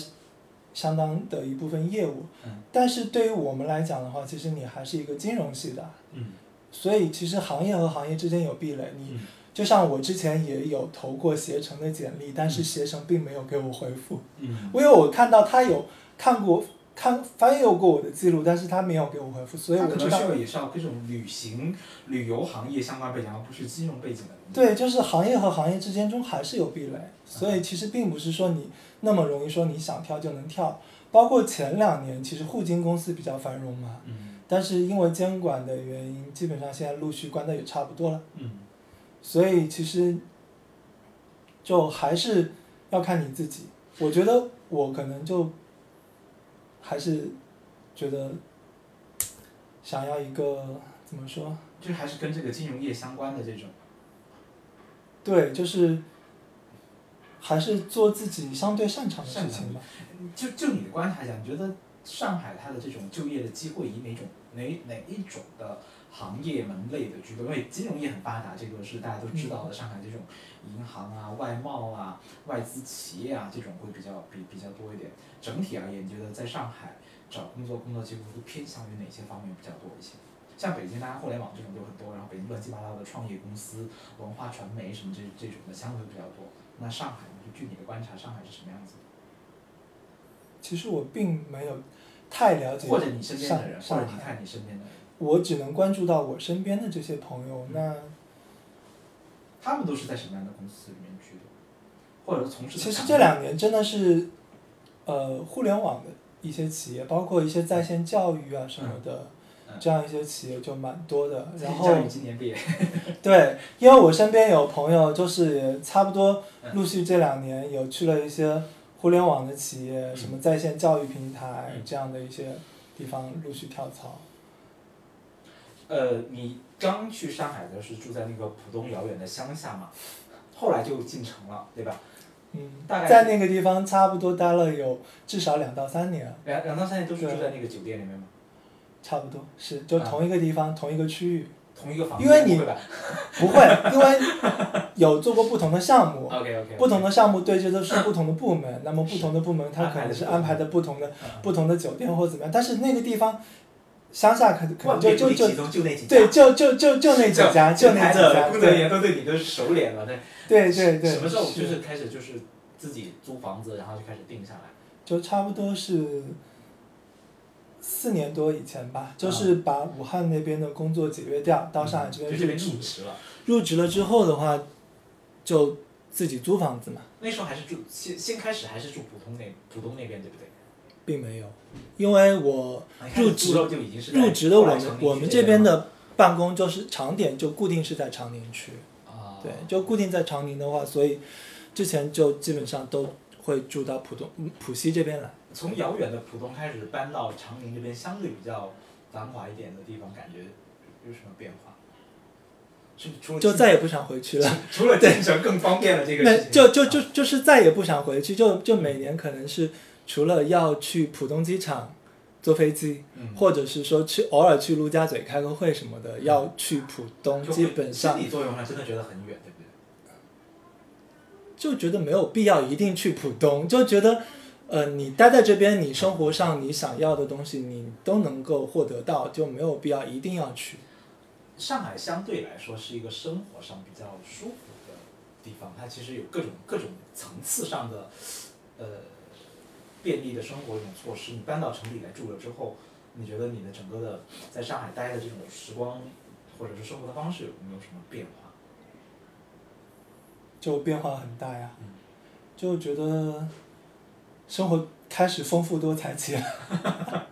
相当的一部分业务
嗯，
但是对于我们来讲的话，其实你还是一个金融系的，
嗯
所以其实行业和行业之间有壁垒。你
嗯
就像我之前也有投过携程的简历，但是携程并没有给我回复，
嗯，
因为我看到他有看过看翻阅过我的记录，但是他没有给我回复，所以
他
我
可
知
能
道
需要也是要各种旅行、旅游行业相关背景，而不是金融背景的人。
对，就是行业和行业之间中还是有壁垒，所以其实并不是说你那么容易说你想跳就能跳。包括前两年，其实互金公司比较繁荣嘛，
嗯
但是因为监管的原因，基本上现在陆续关的也差不多了，
嗯，
所以其实就还是要看你自己。我觉得我可能就还是觉得想要一个怎么说？
就还是跟这个金融业相关的这种。
对，就是还是做自己相对擅长的事
擅长
情吧。
就就你的观察讲，你觉得上海它的这种就业的机会以哪种哪哪一种的行业门类的居多？因为金融业很发达，这个是大家都知道的。上海这种银行啊、外贸啊、外资企业啊这种会比较比比较多一点。整体而言，你觉得在上海找工作工作机会都偏向于哪些方面比较多一些？像北京，大家互联网这种就很多，然后北京乱七八糟的创业公司、文化传媒什么这这种的相对比较多。那上海呢，就据你的观察，上海是什么样子？
其实我并没有太了解，
或者你身边的人，或
上
者
上
你
海
看你身边的人，
我只能关注到我身边的这些朋友。
嗯
那
他们都是在什么样的公司里面居多，或者是从事的
其实
岗
这
位
两年真的是，呃，互联网的一些企业，包括一些在线教育啊什么的。
嗯嗯
这样一些企业就蛮多的，
嗯
然后
教育今年毕业，
对，因为我身边有朋友，就是也差不多
嗯
陆续这两年有去了一些互联网的企业，什么在线教育平台、
嗯
这样的一些地方陆续跳槽。
呃，你刚去上海的时候是住在那个浦东遥远的乡下嘛，后来就进城了，对吧？
嗯，
大概
在那个地方差不多待了有至少两到三年，
两两到三年都是住在那个酒店里面嘛，
差不多是
啊
就同一个地方、同一个区域，
同一个房
因为你
对吧
不会，因为有做过不同的 项目，
？OK 啊 OK，
不同的项目对接都是不同的部门，那么不同的部门它可能是安排的不同
嗯
的不同的酒店或怎么样，但是那个地方乡下可可能就就就
其中就那几
对，就就就就那几家，就那
台
几
的
家，
工作人
对
员都对你都是熟脸了，那
对对对，
什么时候就是是开始就是自己租房子，然后就开始定下来？
就差不多是四年多以前
啊
吧，就是把武汉那边的工作解约掉，到上海这
嗯就
边
这边
入职。
入职了。
入职了之后的话，就自己租房子嘛，
那时候还是住先先开始还是住浦东那浦东那边对不对？啊
并没有，因为我入职
了就已经是在
入职的我
过来
们
长宁区
我们这边的办公就是常点就固定是在长宁区，
啊，
对，就固定在长宁的话，所以之前就基本上都会住到浦东嗯浦西这边来。
从遥远的浦东开始搬到长宁这边相对比较繁华一点的地方，感觉有什么变化？是不是除了
就
进
再也不想回去了，
除了进城更方便了这个
那
事情，
就就就就是再也不想回去，就就每年可能是除了要去浦东机场坐飞机，
嗯
或者是说去偶尔去陆家嘴开个会什么的，要去浦东，
嗯就会
基本上
心理作用上真的觉得很远，对不对？
就觉得没有必要一定去浦东，就觉得。呃，你待在这边，你生活上你想要的东西，你都能够获得到，就没有必要一定要去。
上海相对来说是一个生活上比较舒服的地方，它其实有各种各种层次上的呃便利的生活这种措施。你搬到城里来住了之后，你觉得你的整个的在上海待的这种时光或者是生活的方式有没有什么变化？
就变化很大呀
嗯，
就觉得生活开始丰富多彩起来。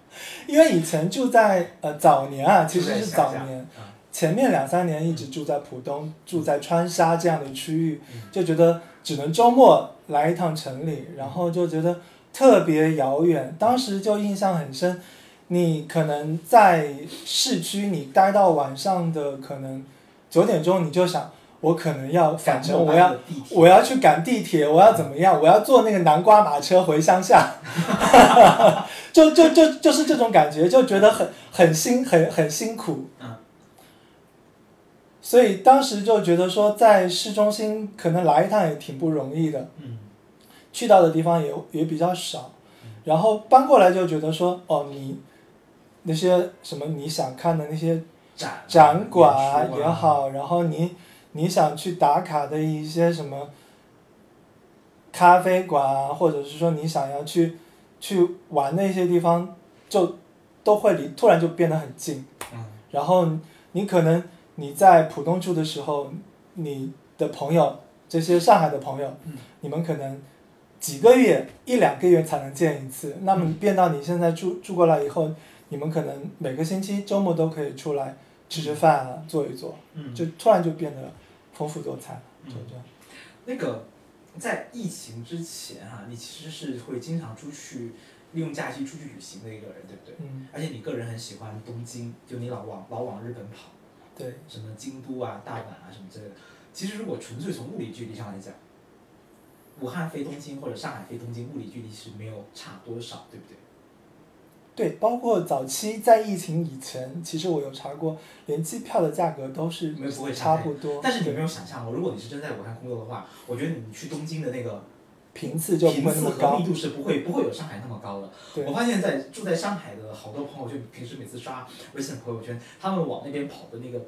因为以前住在呃早年啊，其实是早年，
嗯
前面两三年一直住在浦东、住在川沙这样的区域，就觉得只能周末来一趟城里，然后就觉得特别遥远。当时就印象很深，你可能在市区，你待到晚上的可能九点钟，你就想，我可能要，反正我要。
赶末班的地铁
我要去赶地铁，我要怎么样？我要坐那个南瓜马车回乡下， 就就就就是这种感觉，就觉得很很辛很很辛苦。
嗯。
所以当时就觉得说，在市中心可能来一趟也挺不容易的，
嗯
去到的地方也也比较少。然后搬过来就觉得说，哦，你那些什么你想看的那些
展
展馆
演
也
出啊，
好，然后你你想去打卡的一些什么咖啡馆啊，或者是说你想要去去玩的一些地方，就都会离突然就变得很近。
嗯
然后你可能你在浦东住的时候，你的朋友这些上海的朋友，
嗯
你们可能几个月一两个月才能见一次，那
嗯
么变到你现在住住过来以后，你们可能每个星期周末都可以出来吃吃饭啊，坐一坐，
嗯，
就突然就变得丰富多彩了，
嗯
就这样。
那个在疫情之前啊，你其实是会经常出去利用假期出去旅行的一个人，对不对？
嗯，
而且你个人很喜欢东京，就你老往老往日本跑，
对，
什么京都啊、大阪啊什么之类的。其实如果纯粹从物理距离上来讲，武汉飞东京或者上海飞东京，物理距离是没有差多少，对不对？
对，包括早期在疫情以前，其实我有查过，连机票的价格都是
没有不会差
差
太
不多，
但是你有没
对
有想象哦过，如果你是真在武汉工作的话，我觉得你去东京的那个
频次就不
频
会那
次
么
和
高
密。度是不会不会有上海那么高的。
对
我发现在住在上海的好多朋友圈，平时每次刷微信朋友圈，他们往那边跑的那个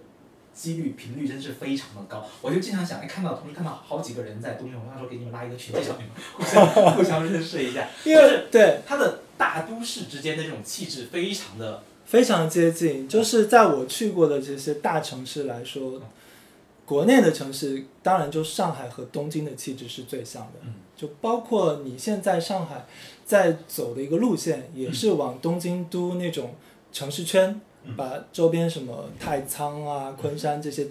几率频率真是非常的高。我就经常想，哎，看到同时看到好几个人在东京，我说给你们拉一个群，介绍你们互相互相认识一下。
因为对，
它的大都市之间的这种气质非常的，
非常接近，就是在我去过的这些大城市来说，国内的城市当然就上海和东京的气质是最像的，
嗯
就包括你现在上海在走的一个路线，也是往东京都那种城市圈，
嗯
把周边什么太仓啊、昆山这些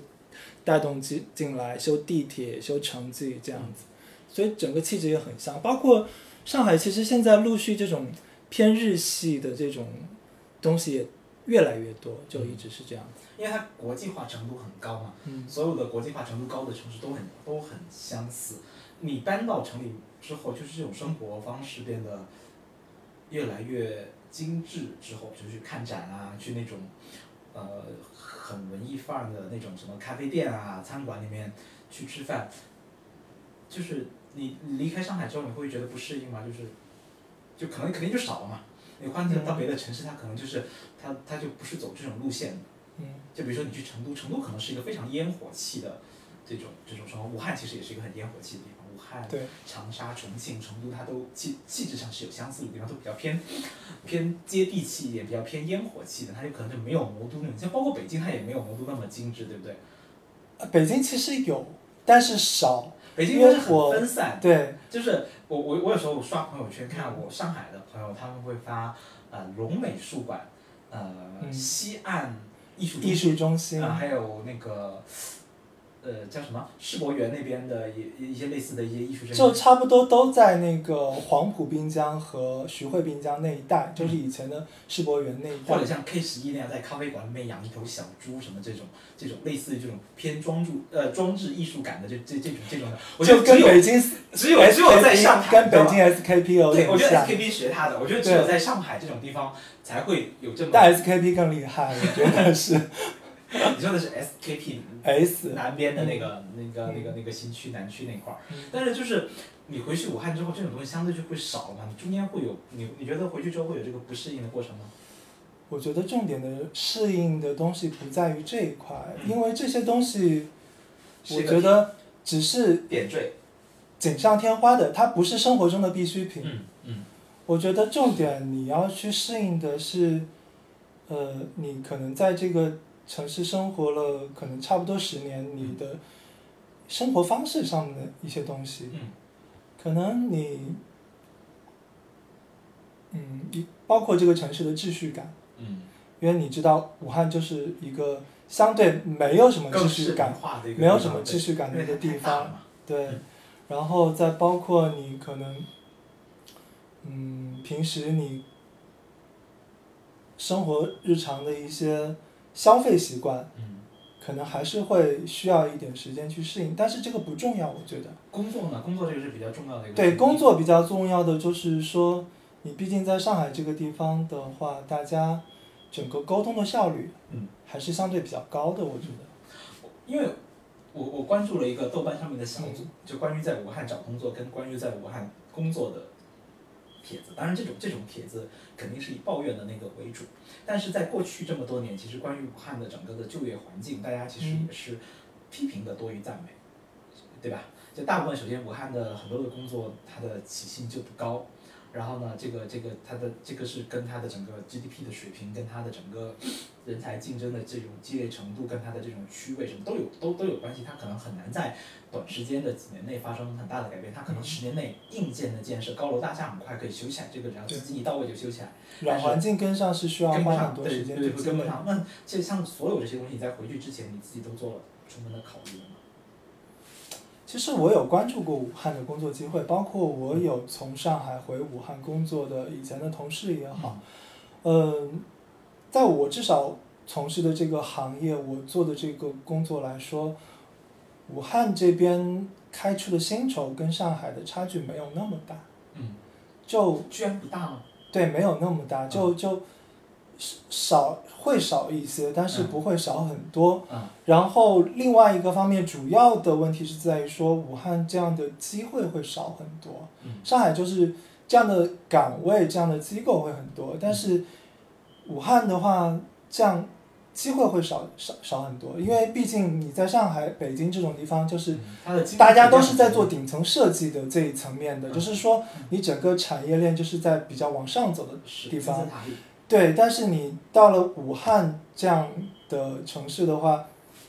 带动进进来，修地铁、修城际这样子，所以整个气质也很像，包括。
上海其实现在陆续这种偏日系的这种东西也越来越多，就一直是这样。
因为它国际化程度很高嘛，
嗯
所有的国际化程度高的城市都很都很相似。你搬到城里之后，就是这种生活方式变得越来越精致之后，就去看展啊，去那种呃很文艺范儿的那种什么咖啡店啊、餐馆里面去吃饭，就是你你离开上海之后，你会觉得不适应吗？就是就可能肯定就少了嘛。你换到别的城市，它可能就是它它就不是走这种路线的。
嗯，
就比如说你去成都，成都可能是一个非常烟火气的这种这种生活。武汉其实也是一个很烟火气的地方，武汉、
嗯对，
长沙、重庆、成都，它都气气质上是有相似的地方，都比较偏偏接地气一点，比较偏烟火气的，它就可能就没有魔都那种，像包括北京，它也没有魔都那么精致，对不对？
呃北京其实有，但是少。
北京
因为
就是很
我
分散，
对，
就是我我我有时候我刷朋友圈看我上海的朋友，他们会发呃龙美术馆，呃、
嗯
西岸艺术中
艺
心
术中心
啊，还有那个，呃，叫什么世博园那边的一一一些类似的一些艺术
就
生
差不多都在那个黄浦滨江和徐汇滨江那一带，就是以前的世博园那一
意，或
带
者。像 K 十一那样在咖啡馆里面养一头小猪什么这种这种类似于这种偏装住呃装置艺术感的这这这种这种的，我觉
就
得只
跟
有
北京
只有只有在上海
跟
你知道
北
吧
京 SKP 有
对，我觉
点
得
像，
SKP 学他的，我觉得只有在上海这种地方才会有这么。
但 SKP 更厉害，我觉得是
你说的是 SKP
S。
南边的那个、那个、那个、那个新区、南区那块儿。但是就是你回去武汉之后，这种东西相对就会少了嘛。你中间会有你，你觉得回去之后会有这个不适应的过程吗？
我觉得重点的适应的东西不在于这一块，因为这些东西，
是
我
一个
觉得只是
点缀。
锦上添花的，它不是生活中的必需品。
嗯嗯
我觉得重点你要去适应的是，呃，你可能在这个城市生活了，可能差不多十年，你的生活方式上的一些东西，
嗯
可能你，嗯，一包括这个城市的秩序感，
嗯，
因为你知道武汉就是一个相对没有什么秩
更
序
是
感，
化的一个地方，
没有什么秩序感的
对
一个地。
因为它太大
方
了，嘛
对
嗯，
然后再包括你可能，嗯，平时你生活日常的一些消费习惯，
嗯，
可能还是会需要一点时间去适应，但是这个不重要，我觉得。
工作呢？工作这个是比较重要的一个。
对，工。作比较重要的就是说，你毕竟在上海这个地方的话，大家整个沟通的效率，
嗯，
还是相对比较高的，我觉得。
因为我我关注了一个豆瓣上面的小组，就关于在武汉找工作跟关于在武汉工作的帖子。当然，这种这种帖子肯定是以抱怨的那个为主，但是在过去这么多年，其实关于武汉的整个的就业环境，大家其实
嗯
也是批评的多于赞美，对吧？就大部分，首先武汉的很多的工作，它的起薪就不高。然后呢，这个这个它的这个是跟它的整个 GDP 的水平，跟它的整个人才竞争的这种激烈程度，跟它的这种区位什么都有都都有关系。它可能很难在短时间的几年内发生很大的改变，它可能十年内硬件的建设，高楼大厦很快可以修起来，这个只要资金一到位就修起来。但
软
是
环境跟上是需要
跟不
花
上，
很多
对
时
对
间
对，
去
会
积
跟不
累。
上。那这像所有这些东西，你在回去之前，你自己都做了充分的考虑了吗？
其实我有关注过武汉的工作机会，包括我有从上海回武汉工作的以前的同事也好，嗯，在我至少从事的这个行业，我做的这个工作来说，武汉这边开出的薪酬跟上海的差距没有那么大，
嗯，
就
居然不大吗？
对没有那么大，就就少会少一些，但是
嗯
不会少很多。
嗯
然后另外一个方面，主要的问题是在于说，武汉这样的机会会少很多，
嗯
上海就是这样的岗位、这样的机构会很多，但是武汉的话，这样机会会少少少很多，因为毕竟你在上海、北京这种地方，就是
嗯它的经济
大家都是在
体量
做顶层设计的这一层面的，
嗯
就是说你整个产业链就是在比较往上走的
是
地方
金字塔里
对，但是你到了武汉这样的城市的话，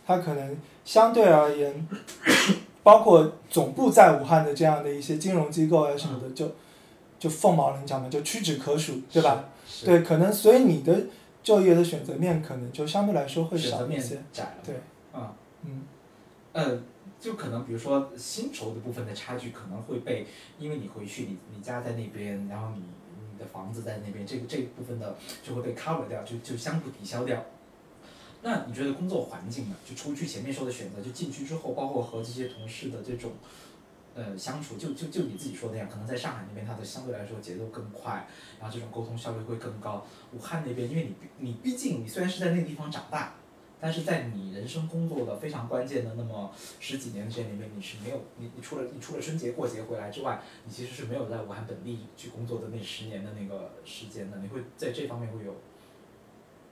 它可能相对而言，包括总部在武汉的这样的一些金融机构啊什么的，就就凤毛麟角嘛，就屈指可数，对吧？？
嗯是
对，可能所以你的就业的选择面可能就相对来说会
选择
少一
面
些。
窄了。
对，
啊，
嗯，
嗯呃，就可能比如说薪酬的部分的差距可能会被，因为你回去你你家在那边，然后你你的房子在那边，这个这个部分的就会被 cover 掉，就就相互抵消掉。那你觉得工作环境呢？就除去前面说的选择，就进去之后，包括和这些同事的这种，呃，相处，就就就你自己说的那样，可能在上海那边，它的相对来说节奏更快，然后这种沟通效率会更高。武汉那边，因为你毕你毕竟你虽然是在那个地方长大，但是在你人生工作的非常关键的那么十几年的时间里面，你是没有你你除了你除了春节过节回来之外，你其实是没有在武汉本地去工作的那十年的那个时间的，你会在这方面会有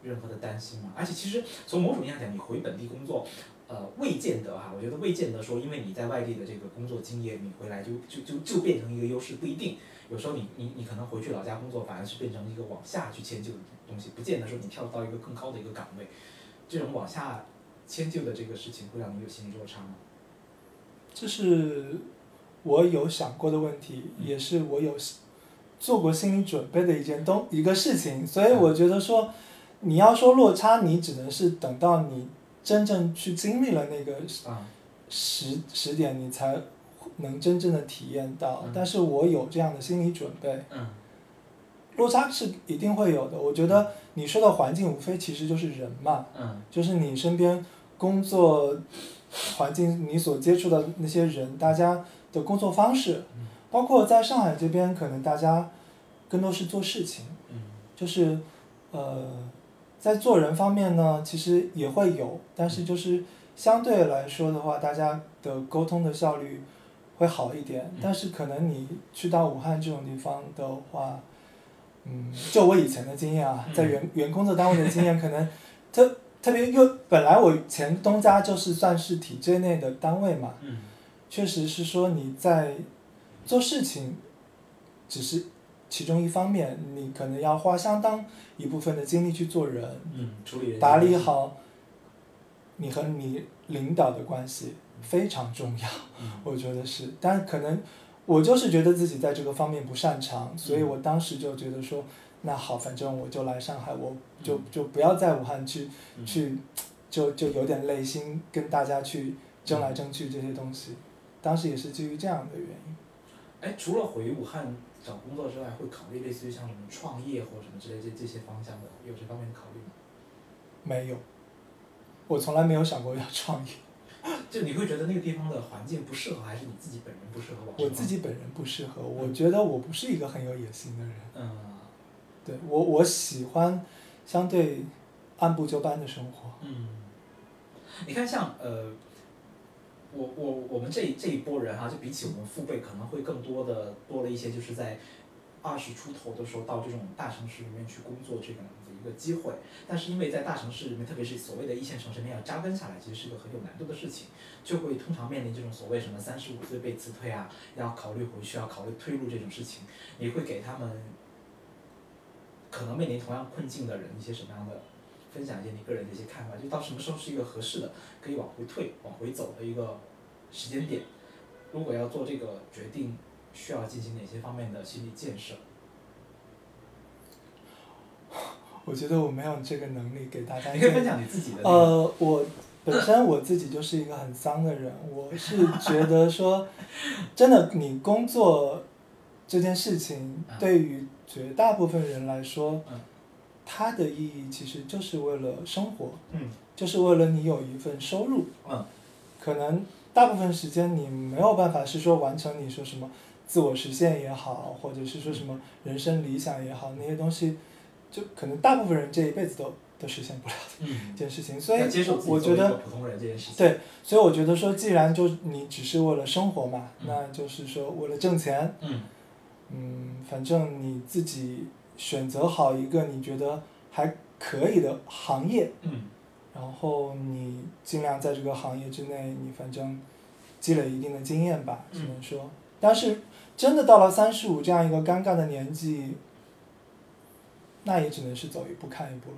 任何的担心吗？而且其实从某种意义上讲，你回本地工作，呃，未见得哈，我觉得未见得说，因为你在外地的这个工作经验，你回来就就就就变成一个优势，不一定。有时候你你你可能回去老家工作，反而是变成一个往下去迁就的东西，不见得说你跳到一个更高的一个岗位，这种往下迁就的这个事情会让你有心理落差吗？
这是我有想过的问题，
嗯
也是我有做过心理准备的一件东一个事情，所以我觉得说，你要说落差，你只能是等到你真正去经历了那个
啊，
时时点，你才能真正的体验到
嗯。
但是我有这样的心理准备，
嗯
落差是一定会有的。我觉得你说的环境，无非其实就是人嘛，
嗯
就是你身边工作环境，你所接触的那些人，大家的工作方式
嗯，
包括在上海这边，可能大家更多是做事情，
嗯
就是呃，在做人方面呢，其实也会有，但是就是相对来说的话，大家的沟通的效率会好一点
嗯。
但是可能你去到武汉这种地方的话，嗯，就我以前的经验啊，
嗯
在原原工作单位的经验，可能特特别又本来我前东家就是算是体制内的单位嘛，
嗯
确实是说你在做事情，只是其中一方面，你可能要花相当一部分的精力去做人，
嗯，处理人际
打理
关系，
好你和你领导的关系非常重要，
嗯
我觉得是。但可能我就是觉得自己在这个方面不擅长，所以我当时就觉得说，那好，反正我就来上海，我就
嗯
就不要在武汉去
嗯
去，就就有点累心跟大家去争来争去这些东西。当时也是基于这样的原因。
哎，除了回武汉找工作之外，会考虑类似于像什么创业或什么之类这这些方向的，有这方面的考虑吗？
没有，我从来没有想过要创业，
就你会觉得那个地方的环境不适合，还是你自己本人不适合往上
我自己本人不适合。我觉得我不是一个很有野心的人，
嗯
对我我喜欢相对按部就班的生活。
嗯，你看像呃，我我我们这一这一波人哈、就比起我们父辈，可能会更多的多了一些，就是在二十出头的时候到这种大城市里面去工作这样的一个机会。但是因为在大城市里面，特别是所谓的一线城市里面要扎根下来，其实是个很有难度的事情，就会通常面临这种所谓什么三十五岁被辞退啊，要考虑回去，要考虑退路这种事情，你会给他们可能面临同样困境的人一些什么样的分享一些你个人的一些看法，就到什么时候是一个合适的可以往回退、往回走的一个时间点。如果要做这个决定，需要进行哪些方面的心理建设？
我觉得我没有这个能力给大家
你
一
可以
个
分享你自己的、那个。
呃，我本身我自己就是一个很丧的人，我是觉 得说，真的，你工作这件事情
啊
对于绝大部分人来说
嗯，
它的意义其实就是为了生活，
嗯
就是为了你有一份收入。
嗯
可能大部分时间你没有办法是说完成你说什么自我实现也好，或者是说什么
嗯
人生理想也好，那些东西，就可能大部分人这一辈子都都实现不了
嗯
这，件事情。所以
要接受自己
我
作为
觉
一
得
个普通人这件事情。
对，所以我觉得说，既然就你只是为了生活嘛，
嗯
那就是说为了挣钱，
嗯
嗯，反正你自己选择好一个你觉得还可以的行业，
嗯
然后你尽量在这个行业之内，你反正积累一定的经验吧，
嗯
只能说。但是真的到了三十五这样一个尴尬的年纪，那也只能是走一步看一步了。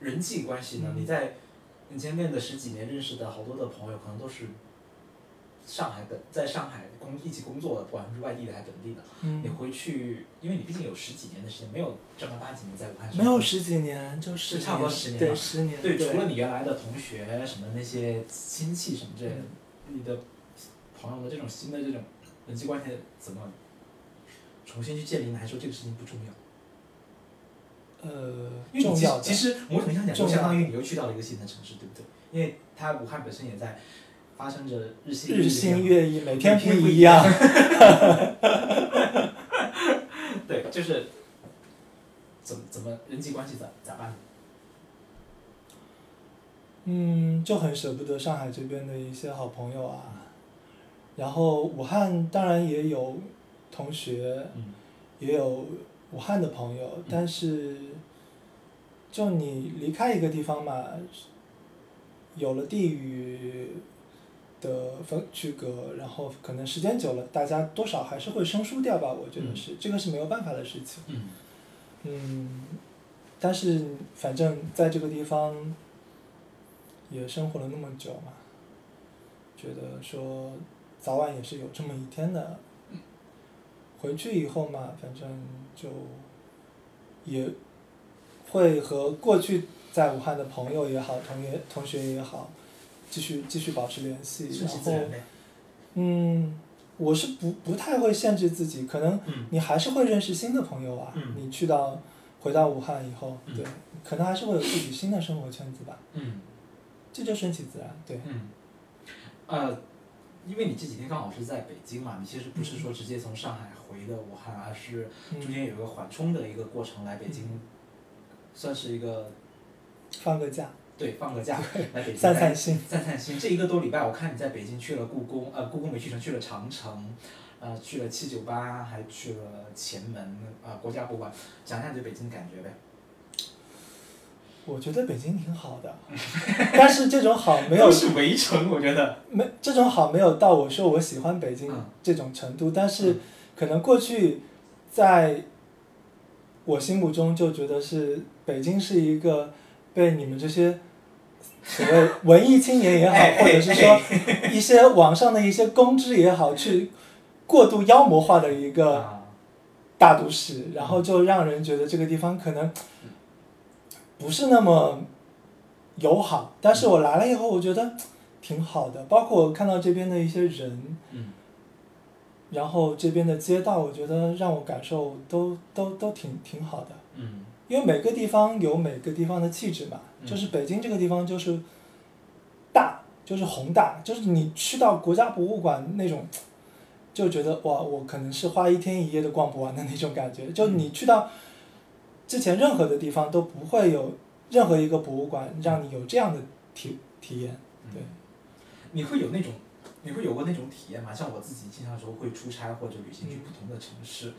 人际关系呢？
嗯
你在你前面的十几年认识的好多的朋友，可能都是上海本在上海工一起工作的，不管是外地的还是本地的。
嗯
你，回去，因为你毕竟有十几年的时间没有正儿八经的在武汉生活
没有十几年，就十
就差不多十年吧
对，十年，
对，
对，
除了你原来的同学什么那些亲戚什么之类的，
嗯
你的朋友的这种新的这种人际关系怎么重新去建立呢？还是说这个事情不重要？
呃，
因为你
重
其
要的
其实某种程度上讲，就
重要的
相当于你又去到了一个新的城市，对不对？因为它武汉本身也在发生着日新
日新月异，每天
每
不
天不
一
一
样。
对，就是怎么怎么人际关系咋咋办？
嗯，就很舍不得上海这边的一些好朋友啊，然后武汉当然也有同学，
嗯
也有武汉的朋友，但是就你离开一个地方嘛，有了地域的分区隔，然后可能时间久了，大家多少还是会生疏掉吧，我觉得
嗯
是，这个是没有办法的事情。
嗯
嗯，但是反正在这个地方也生活了那么久嘛，觉得说早晚也是有这么一天的。回去以后嘛，反正就也会和过去在武汉的朋友也好，同学同学也好，继续继续保持联系，
顺
然
其自
后
然呗。
嗯，我是不不太会限制自己，可能
嗯
你还是会认识新的朋友啊。
嗯
你去到回到武汉以后，
嗯
对，可能还是会有自己新的生活圈子吧，
嗯
这就顺其自然。对，
嗯，呃，因为你这几天刚好是在北京嘛，你其实不是说直接从上海回的武汉，而是中
嗯，
间有一个缓冲的一个过程来北京，算是一个
放个假，
对放个假来北京
散
待
散心。
散散心。这一个多礼拜，我看你在北京去了故宫，呃，故宫没去成，去了长城，呃，去了七九八，还去了前门，呃，国家博物馆，讲一下你对北京的感觉呗。
我觉得北京挺好的， 但是这种好没有
都是围城，我觉得。
没这种好没有到我说我喜欢北京
嗯
这种程度，但是
嗯
可能过去在我心目中就觉得是北京是一个被你们这些所 谓文艺青年也好，
哎
或者是说一些网上的一些公知也好，去过度妖魔化的一个
啊，
大都市，然后就让人觉得这个地方可能不是那么友好。但是我来了以后，我觉得挺好的，包括我看到这边的一些人，
嗯
然后这边的街道，我觉得让我感受都都都挺挺好的，
嗯
因为每个地方有每个地方的气质嘛。
嗯
就是北京这个地方就是大，就是宏大，就是你去到国家博物馆那种，就觉得哇，我可能是花一天一夜都逛不完的那种感觉。
嗯
就你去到之前任何的地方都不会有任何一个博物馆让你有这样的体体验。
嗯
对。
你会有那种，你会有过那种体验吗？像我自己经常时候会出差或者旅行去不同的城市，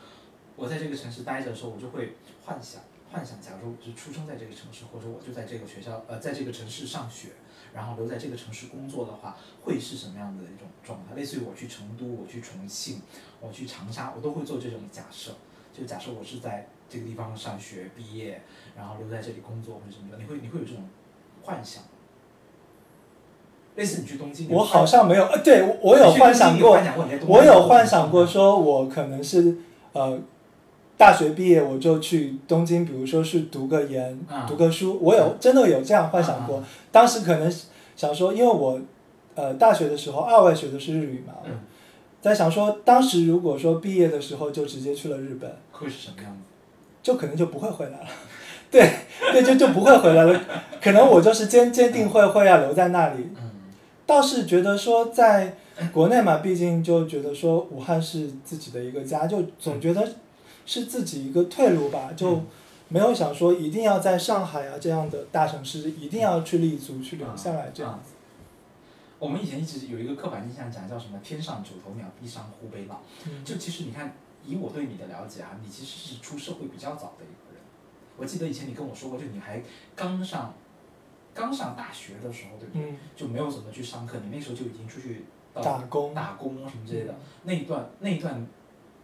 我在这个城市待着的时候，我就会幻想，幻想，假如我是出生在这个城市，或者我就在这个学校，呃，在这个城市上学，然后留在这个城市工作的话，会是什么样的一种状态？类似于我去成都，我去重庆，我去长沙，我都会做这种假设。就假设我是在这个地方上学毕业，然后留在这里工作或者什么的，你会你会有这种幻想吗？类似你去东京，
我好像没有，呃对我我有
哎你去东京
幻想
你
过
幻，想过你在东京
我有幻想过，说我可能是呃，大学毕业我就去东京，比如说是读个研、
啊
读个书，我有真的有这样幻想过。当时可能想说，因为我呃大学的时候二外学的是日语嘛，
嗯
在想说当时如果说毕业的时候就直接去了日本，
会是什么样
就可能就不会回来了。 对对，就就不会回来了。可能我就是坚坚定会会要留在那里
的。，嗯
倒是觉得说，在国内嘛，毕竟就觉得说武汉是自己的一个家，就总觉得是自己一个退路吧，
嗯
就没有想说一定要在上海啊这样的大城市一定要去立足去留下来
啊
这样子。
嗯我们以前一直有一个刻板印象讲叫什么“天上九头鸟，地上湖北佬”。
嗯
就其实你看，以我对你的了解啊，你其实是出社会比较早的一个人。我记得以前你跟我说过，就你还刚上刚上大学的时候，对不对？
嗯，
就没有怎么去上课，你那时候就已经出去到
打工
打工什么之类的。那一段那一段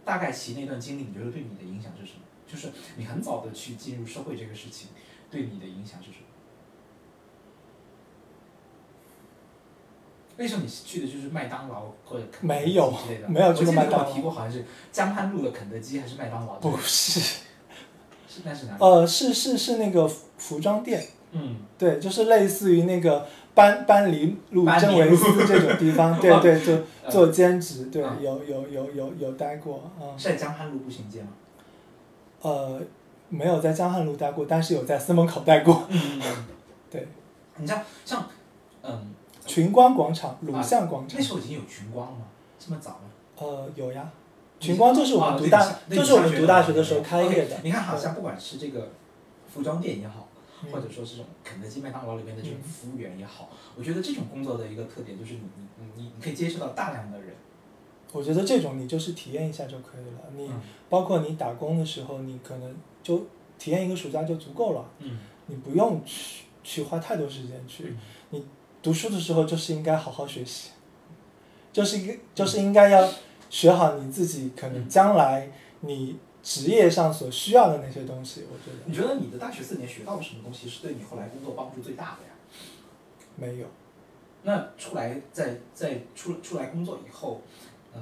大概其那段经历，你觉得对你的影响是什么？就是你很早的去进入社会这个事情，对你的影响是什么？那时候你去的就是麦当劳或者肯德基
没有
之类的，
没有去过麦当劳
我记得你跟我提过好像是江汉路的肯德基还是麦当劳？
不是，
是那是哪里？
呃，是是是那个服服装店，
嗯
对，就是类似于那个班班尼路、
班尼
真维斯这种地方，对对，就
嗯
做兼职，对
嗯，
有有有有有待过，嗯，
是在江汉路步行 街吗？
呃，没有在江汉路待过，但是有在司门口待过，
嗯，
对，
你像像嗯，
群光广场、
啊
鲁巷广场
那，时候已经有群光了吗？这么早吗？
呃，有呀，群光就是我
啊
们读
对
大
你上，对
就是
你
我
上
们
学
读
的
大
时
学
候
的时候开业的
OK，，你看，好像不管是这个服装店也好，
嗯
或者说是这种肯德基、麦当劳里面的这种
嗯
服务员也好，我觉得这种工作的一个特点就是你你你你你可以接触到大量的人。
我觉得这种你就是体验一下就可以了，你
嗯
包括你打工的时候，你可能就体验一个暑假就足够了，
嗯，
你不用去去花太多时间去。读书的时候就是应该好好学习，就是一个就是应该要学好你自己可能将来你职业上所需要的那些东西。我觉得
你觉得你的大学四年学到了什么东西是对你后来工作帮助最大的呀？
没有，
那出来在在出出来工作以后，呃，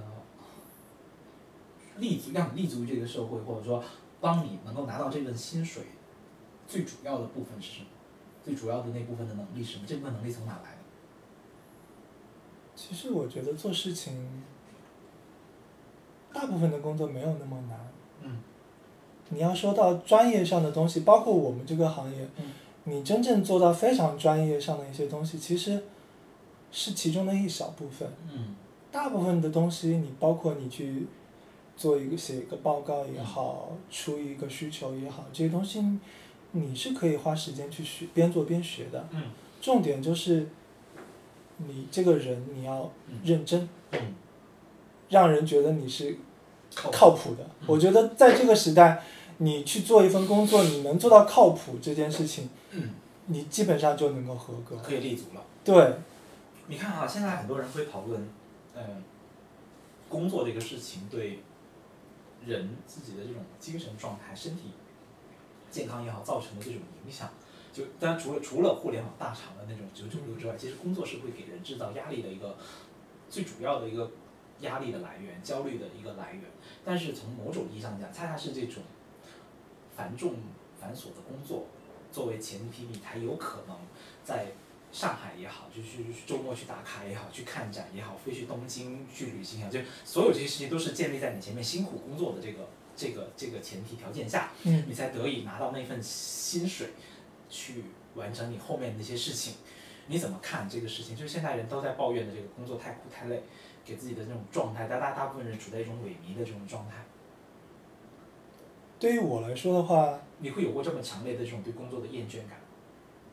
立足让你立足于这个社会，或者说帮你能够拿到这份薪水，最主要的部分是什么？最主要的那部分的能力是什么？这部分能力从哪来的？
其实我觉得做事情，大部分的工作没有那么难。
嗯
你要说到专业上的东西，包括我们这个行业，
嗯
你真正做到非常专业上的一些东西，其实是其中的一小部分。
嗯
大部分的东西，你包括你去做一个写一个报告也好，出一个需求也好，这些东西你是可以花时间去学，边做边学的。
嗯
重点就是你这个人你要
嗯
认真，
嗯，
让人觉得你是
靠
靠谱的。
嗯
我觉得在这个时代，你去做一份工作，你能做到靠谱这件事情，
嗯
你基本上就能够合格。
可以立足了。
对，
你看啊，现在很多人会讨论，嗯，工作这个事情对人自己的这种精神状态、身体健康也好造成的这种影响。就当然除了除了互联网大厂的那种九九六之外，其实工作是会给人制造压力的一个最主要的一个压力的来源、焦虑的一个来源。但是从某种意义上讲，恰恰是这种繁重繁琐的工作作为前提，你才有可能在上海也好，就去周末去打卡也好，去看展也好，飞去东京去旅行也好，就所有这些事情都是建立在你前面辛苦工作的这个这个这个前提条件下，
嗯
你才得以拿到那份薪水，去完成你后面那些事情。你怎么看这个事情？就是现代人都在抱怨的这个工作太苦太累，给自己的这种状态，大大大部分人处在一种萎靡的这种状态。
对于我来说的话，
你会有过这么强烈的这种对工作的厌倦感？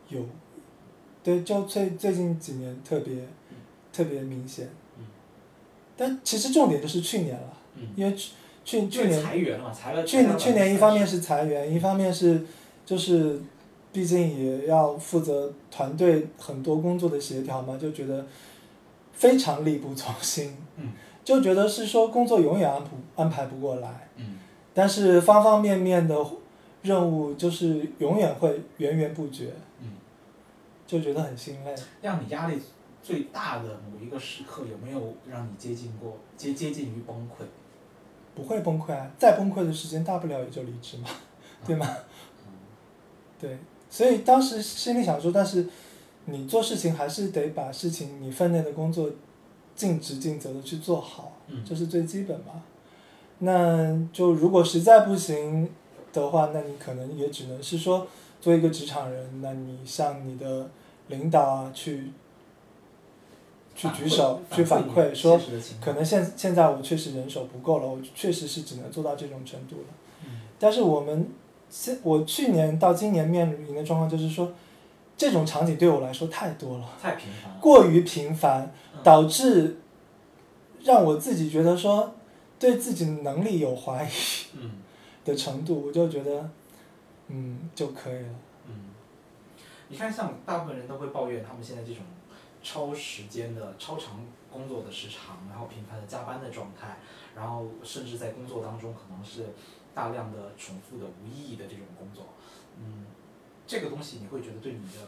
有，对，就最最近几年特别、特别明显。
嗯
但其实重点就是去年了，
嗯
因为去去去
因为
年
裁员了嘛，裁了
去
裁了
年去年
30%
一方面是裁员，一方面是就是，毕竟也要负责团队很多工作的协调嘛，就觉得非常力不从心，
嗯，
就觉得是说工作永远安不安排不过来，
嗯
但是方方面面的任务就是永远会源源不绝，
嗯。
就觉得很心累。
让你压力最大的某一个时刻，有没有让你接近过接接近于崩溃？
不会崩溃啊，再崩溃的时间大不了也就离职嘛，对吗？对，所以当时心里想说，但是你做事情还是得把事情你分内的工作尽职尽责的去做好，
嗯
这是最基本嘛。那就如果实在不行的话，那你可能也只能是说，作为一个职场人，那你向你的领导啊去去举手去反馈说，
反馈你真实的情
可
况
能现现在我确实人手不够了，我确实是只能做到这种程度了。
嗯
但是我们现我去年到今年面临的状况就是说，这种场景对我来说太多了，
太频繁了。
过于频繁
嗯，
导致让我自己觉得说对自己能力有怀疑
嗯
的程度，我就觉得嗯就可以了。
嗯，你看，像大部分人都会抱怨他们现在这种超时间的、超长工作的时长，然后频繁的加班的状态，然后甚至在工作当中可能是大量的重复的无意义的这种工作。嗯，这个东西你会觉得对你的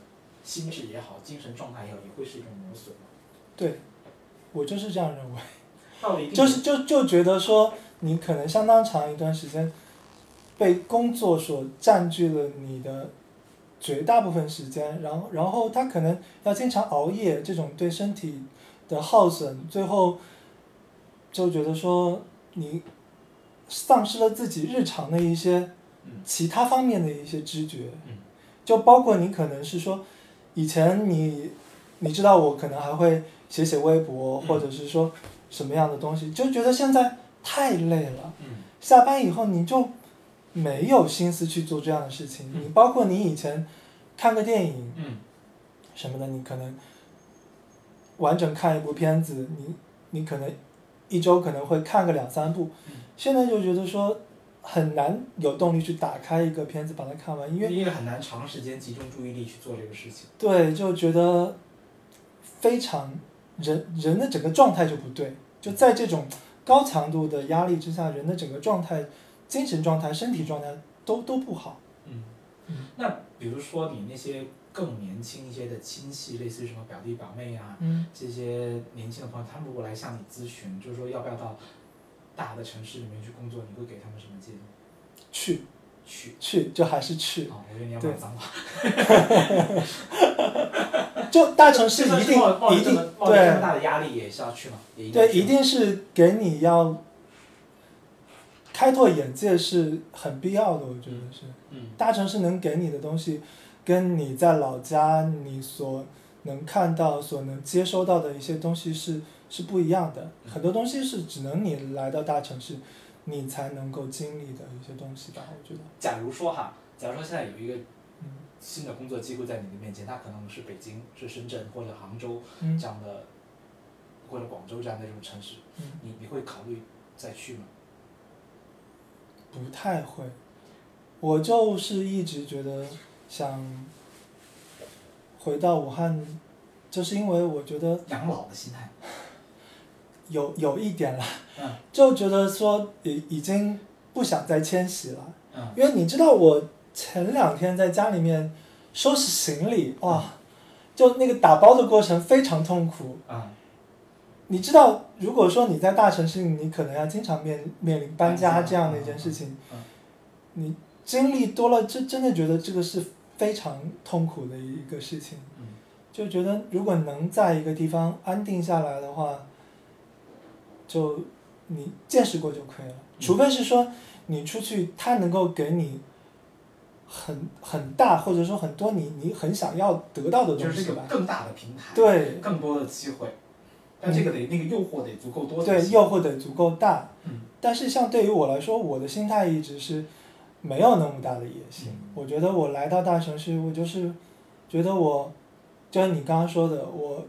心智也好、精神状态也好，也会是一种磨损吗？
对，我就是这样认为，
到了一定
就
的
是就就觉得说你可能相当长一段时间被工作所占据了你的绝大部分时间，然后然后他可能要经常熬夜，这种对身体的耗损，最后就觉得说你丧失了自己日常的一些
嗯
其他方面的一些知觉
嗯，
就包括你可能是说以前你你知道我可能还会写写微博，
嗯
或者是说什么样的东西，就觉得现在太累了。
嗯
下班以后你就没有心思去做这样的事情。
嗯
你包括你以前看个电影
嗯
什么的，你可能完整看一部片子，你你可能一周可能会看个两三部
嗯。
现在就觉得说很难有动力去打开一个片子把它看完，因为
你也很难长时间集中注意力去做这个事情。
对就觉得非常人人的整个状态就不对，就在这种高强度的压力之下，人的整个状态、精神状态、身体状态都都不好。
嗯
嗯，
那比如说你那些更年轻一些的亲戚，类似于什么表弟表妹啊，
嗯
这些年轻的朋友，他们如果来向你咨询，就是说要不要到大的城市里面去工作，你会给他们什么建议？，
去
去
去就还是去，
啊！我以为你要
对
骂脏话，
就大城市
就算
一定
冒冒着
一
这么
定
冒着这么
对
大的压力也是要去嘛，也应该
对，
去
一
嘛
定是给你要开拓眼界是很必要的，我觉得是
嗯
大城市能给你的东西，跟你在老家你所能看到、所能接收到的一些东西是是不一样的，
嗯
很多东西是只能你来到大城市，你才能够经历的一些东西吧，我觉得，
假如说哈，假如说现在有一个
嗯
新的工作机会在你的面前，它可能是北京、是深圳或者杭州
嗯
这样的，或者广州这样的这种城市，
嗯，
你你会考虑再去吗？
不太会，我就是一直觉得想回到武汉，就是因为我觉得
养老的心态，
有有一点啦，
嗯
就觉得说已已经不想再迁徙了，
嗯
因为你知道我前两天在家里面收拾行李，哇，
嗯
就那个打包的过程非常痛苦。
啊，
你知道，如果说你在大城市，你可能要经常面面临搬家
搬家
这样的一件事情，
嗯嗯
你经历多了，真真的觉得这个是非常痛苦的一个事情。
嗯
就觉得如果能在一个地方安定下来的话，就你见识过就可以了。
嗯
除非是说你出去，它能够给你很很大，或者说很多你你很想要得到的
就
东
是
西
有
吧。
更大的平台，，
对
更多的机会，但这个得那个诱惑得足够多才
对，
行，
诱惑得足够大。
嗯
但是像对于我来说，我的心态一直是没有那么大的野心。
嗯
我觉得我来到大城市，我就是觉得我，就像你刚刚说的，我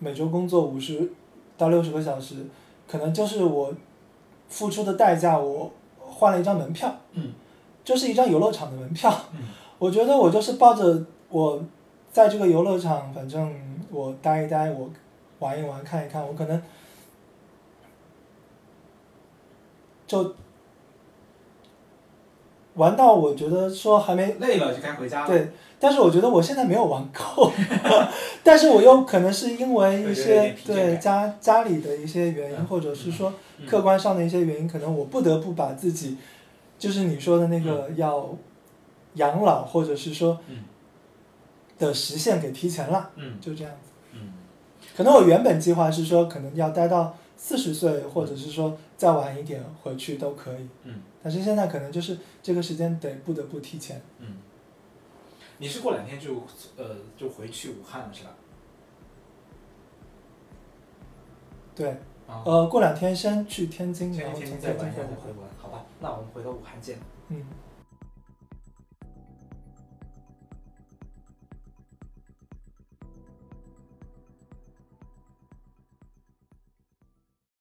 每周工作五十到六十个小时，可能就是我付出的代价，我换了一张门票，
嗯
就是一张游乐场的门票。
嗯
我觉得我就是抱着我在这个游乐场，反正我待一待，我玩一玩，看一看，我可能就玩到我觉得说还没
累了就该回家了，
对，但是我觉得我现在没有玩 够，但是我又可能是因为一
我觉得有
些
点疲倦
对
感
家家里的一些原因，
嗯
或者是说
嗯
客观上的一些原因，可能我不得不把自己，就是你说的那个要养老，或者是说
嗯
的时限给提前了，
嗯
就这样子。
嗯
可能我原本计划是说，可能要待到四十岁，或者是说再晚一点回去都可以，
嗯
但是现在可能就是这个时间得不得不提前。
嗯，你是过两天就呃就回去武汉了是吧？
对，
啊，
呃，过两天先去天津，
前
然
两
后
天
从
再
天津
玩一
回
下再
来。
回武汉，好吧？那我们回头武汉见。
嗯，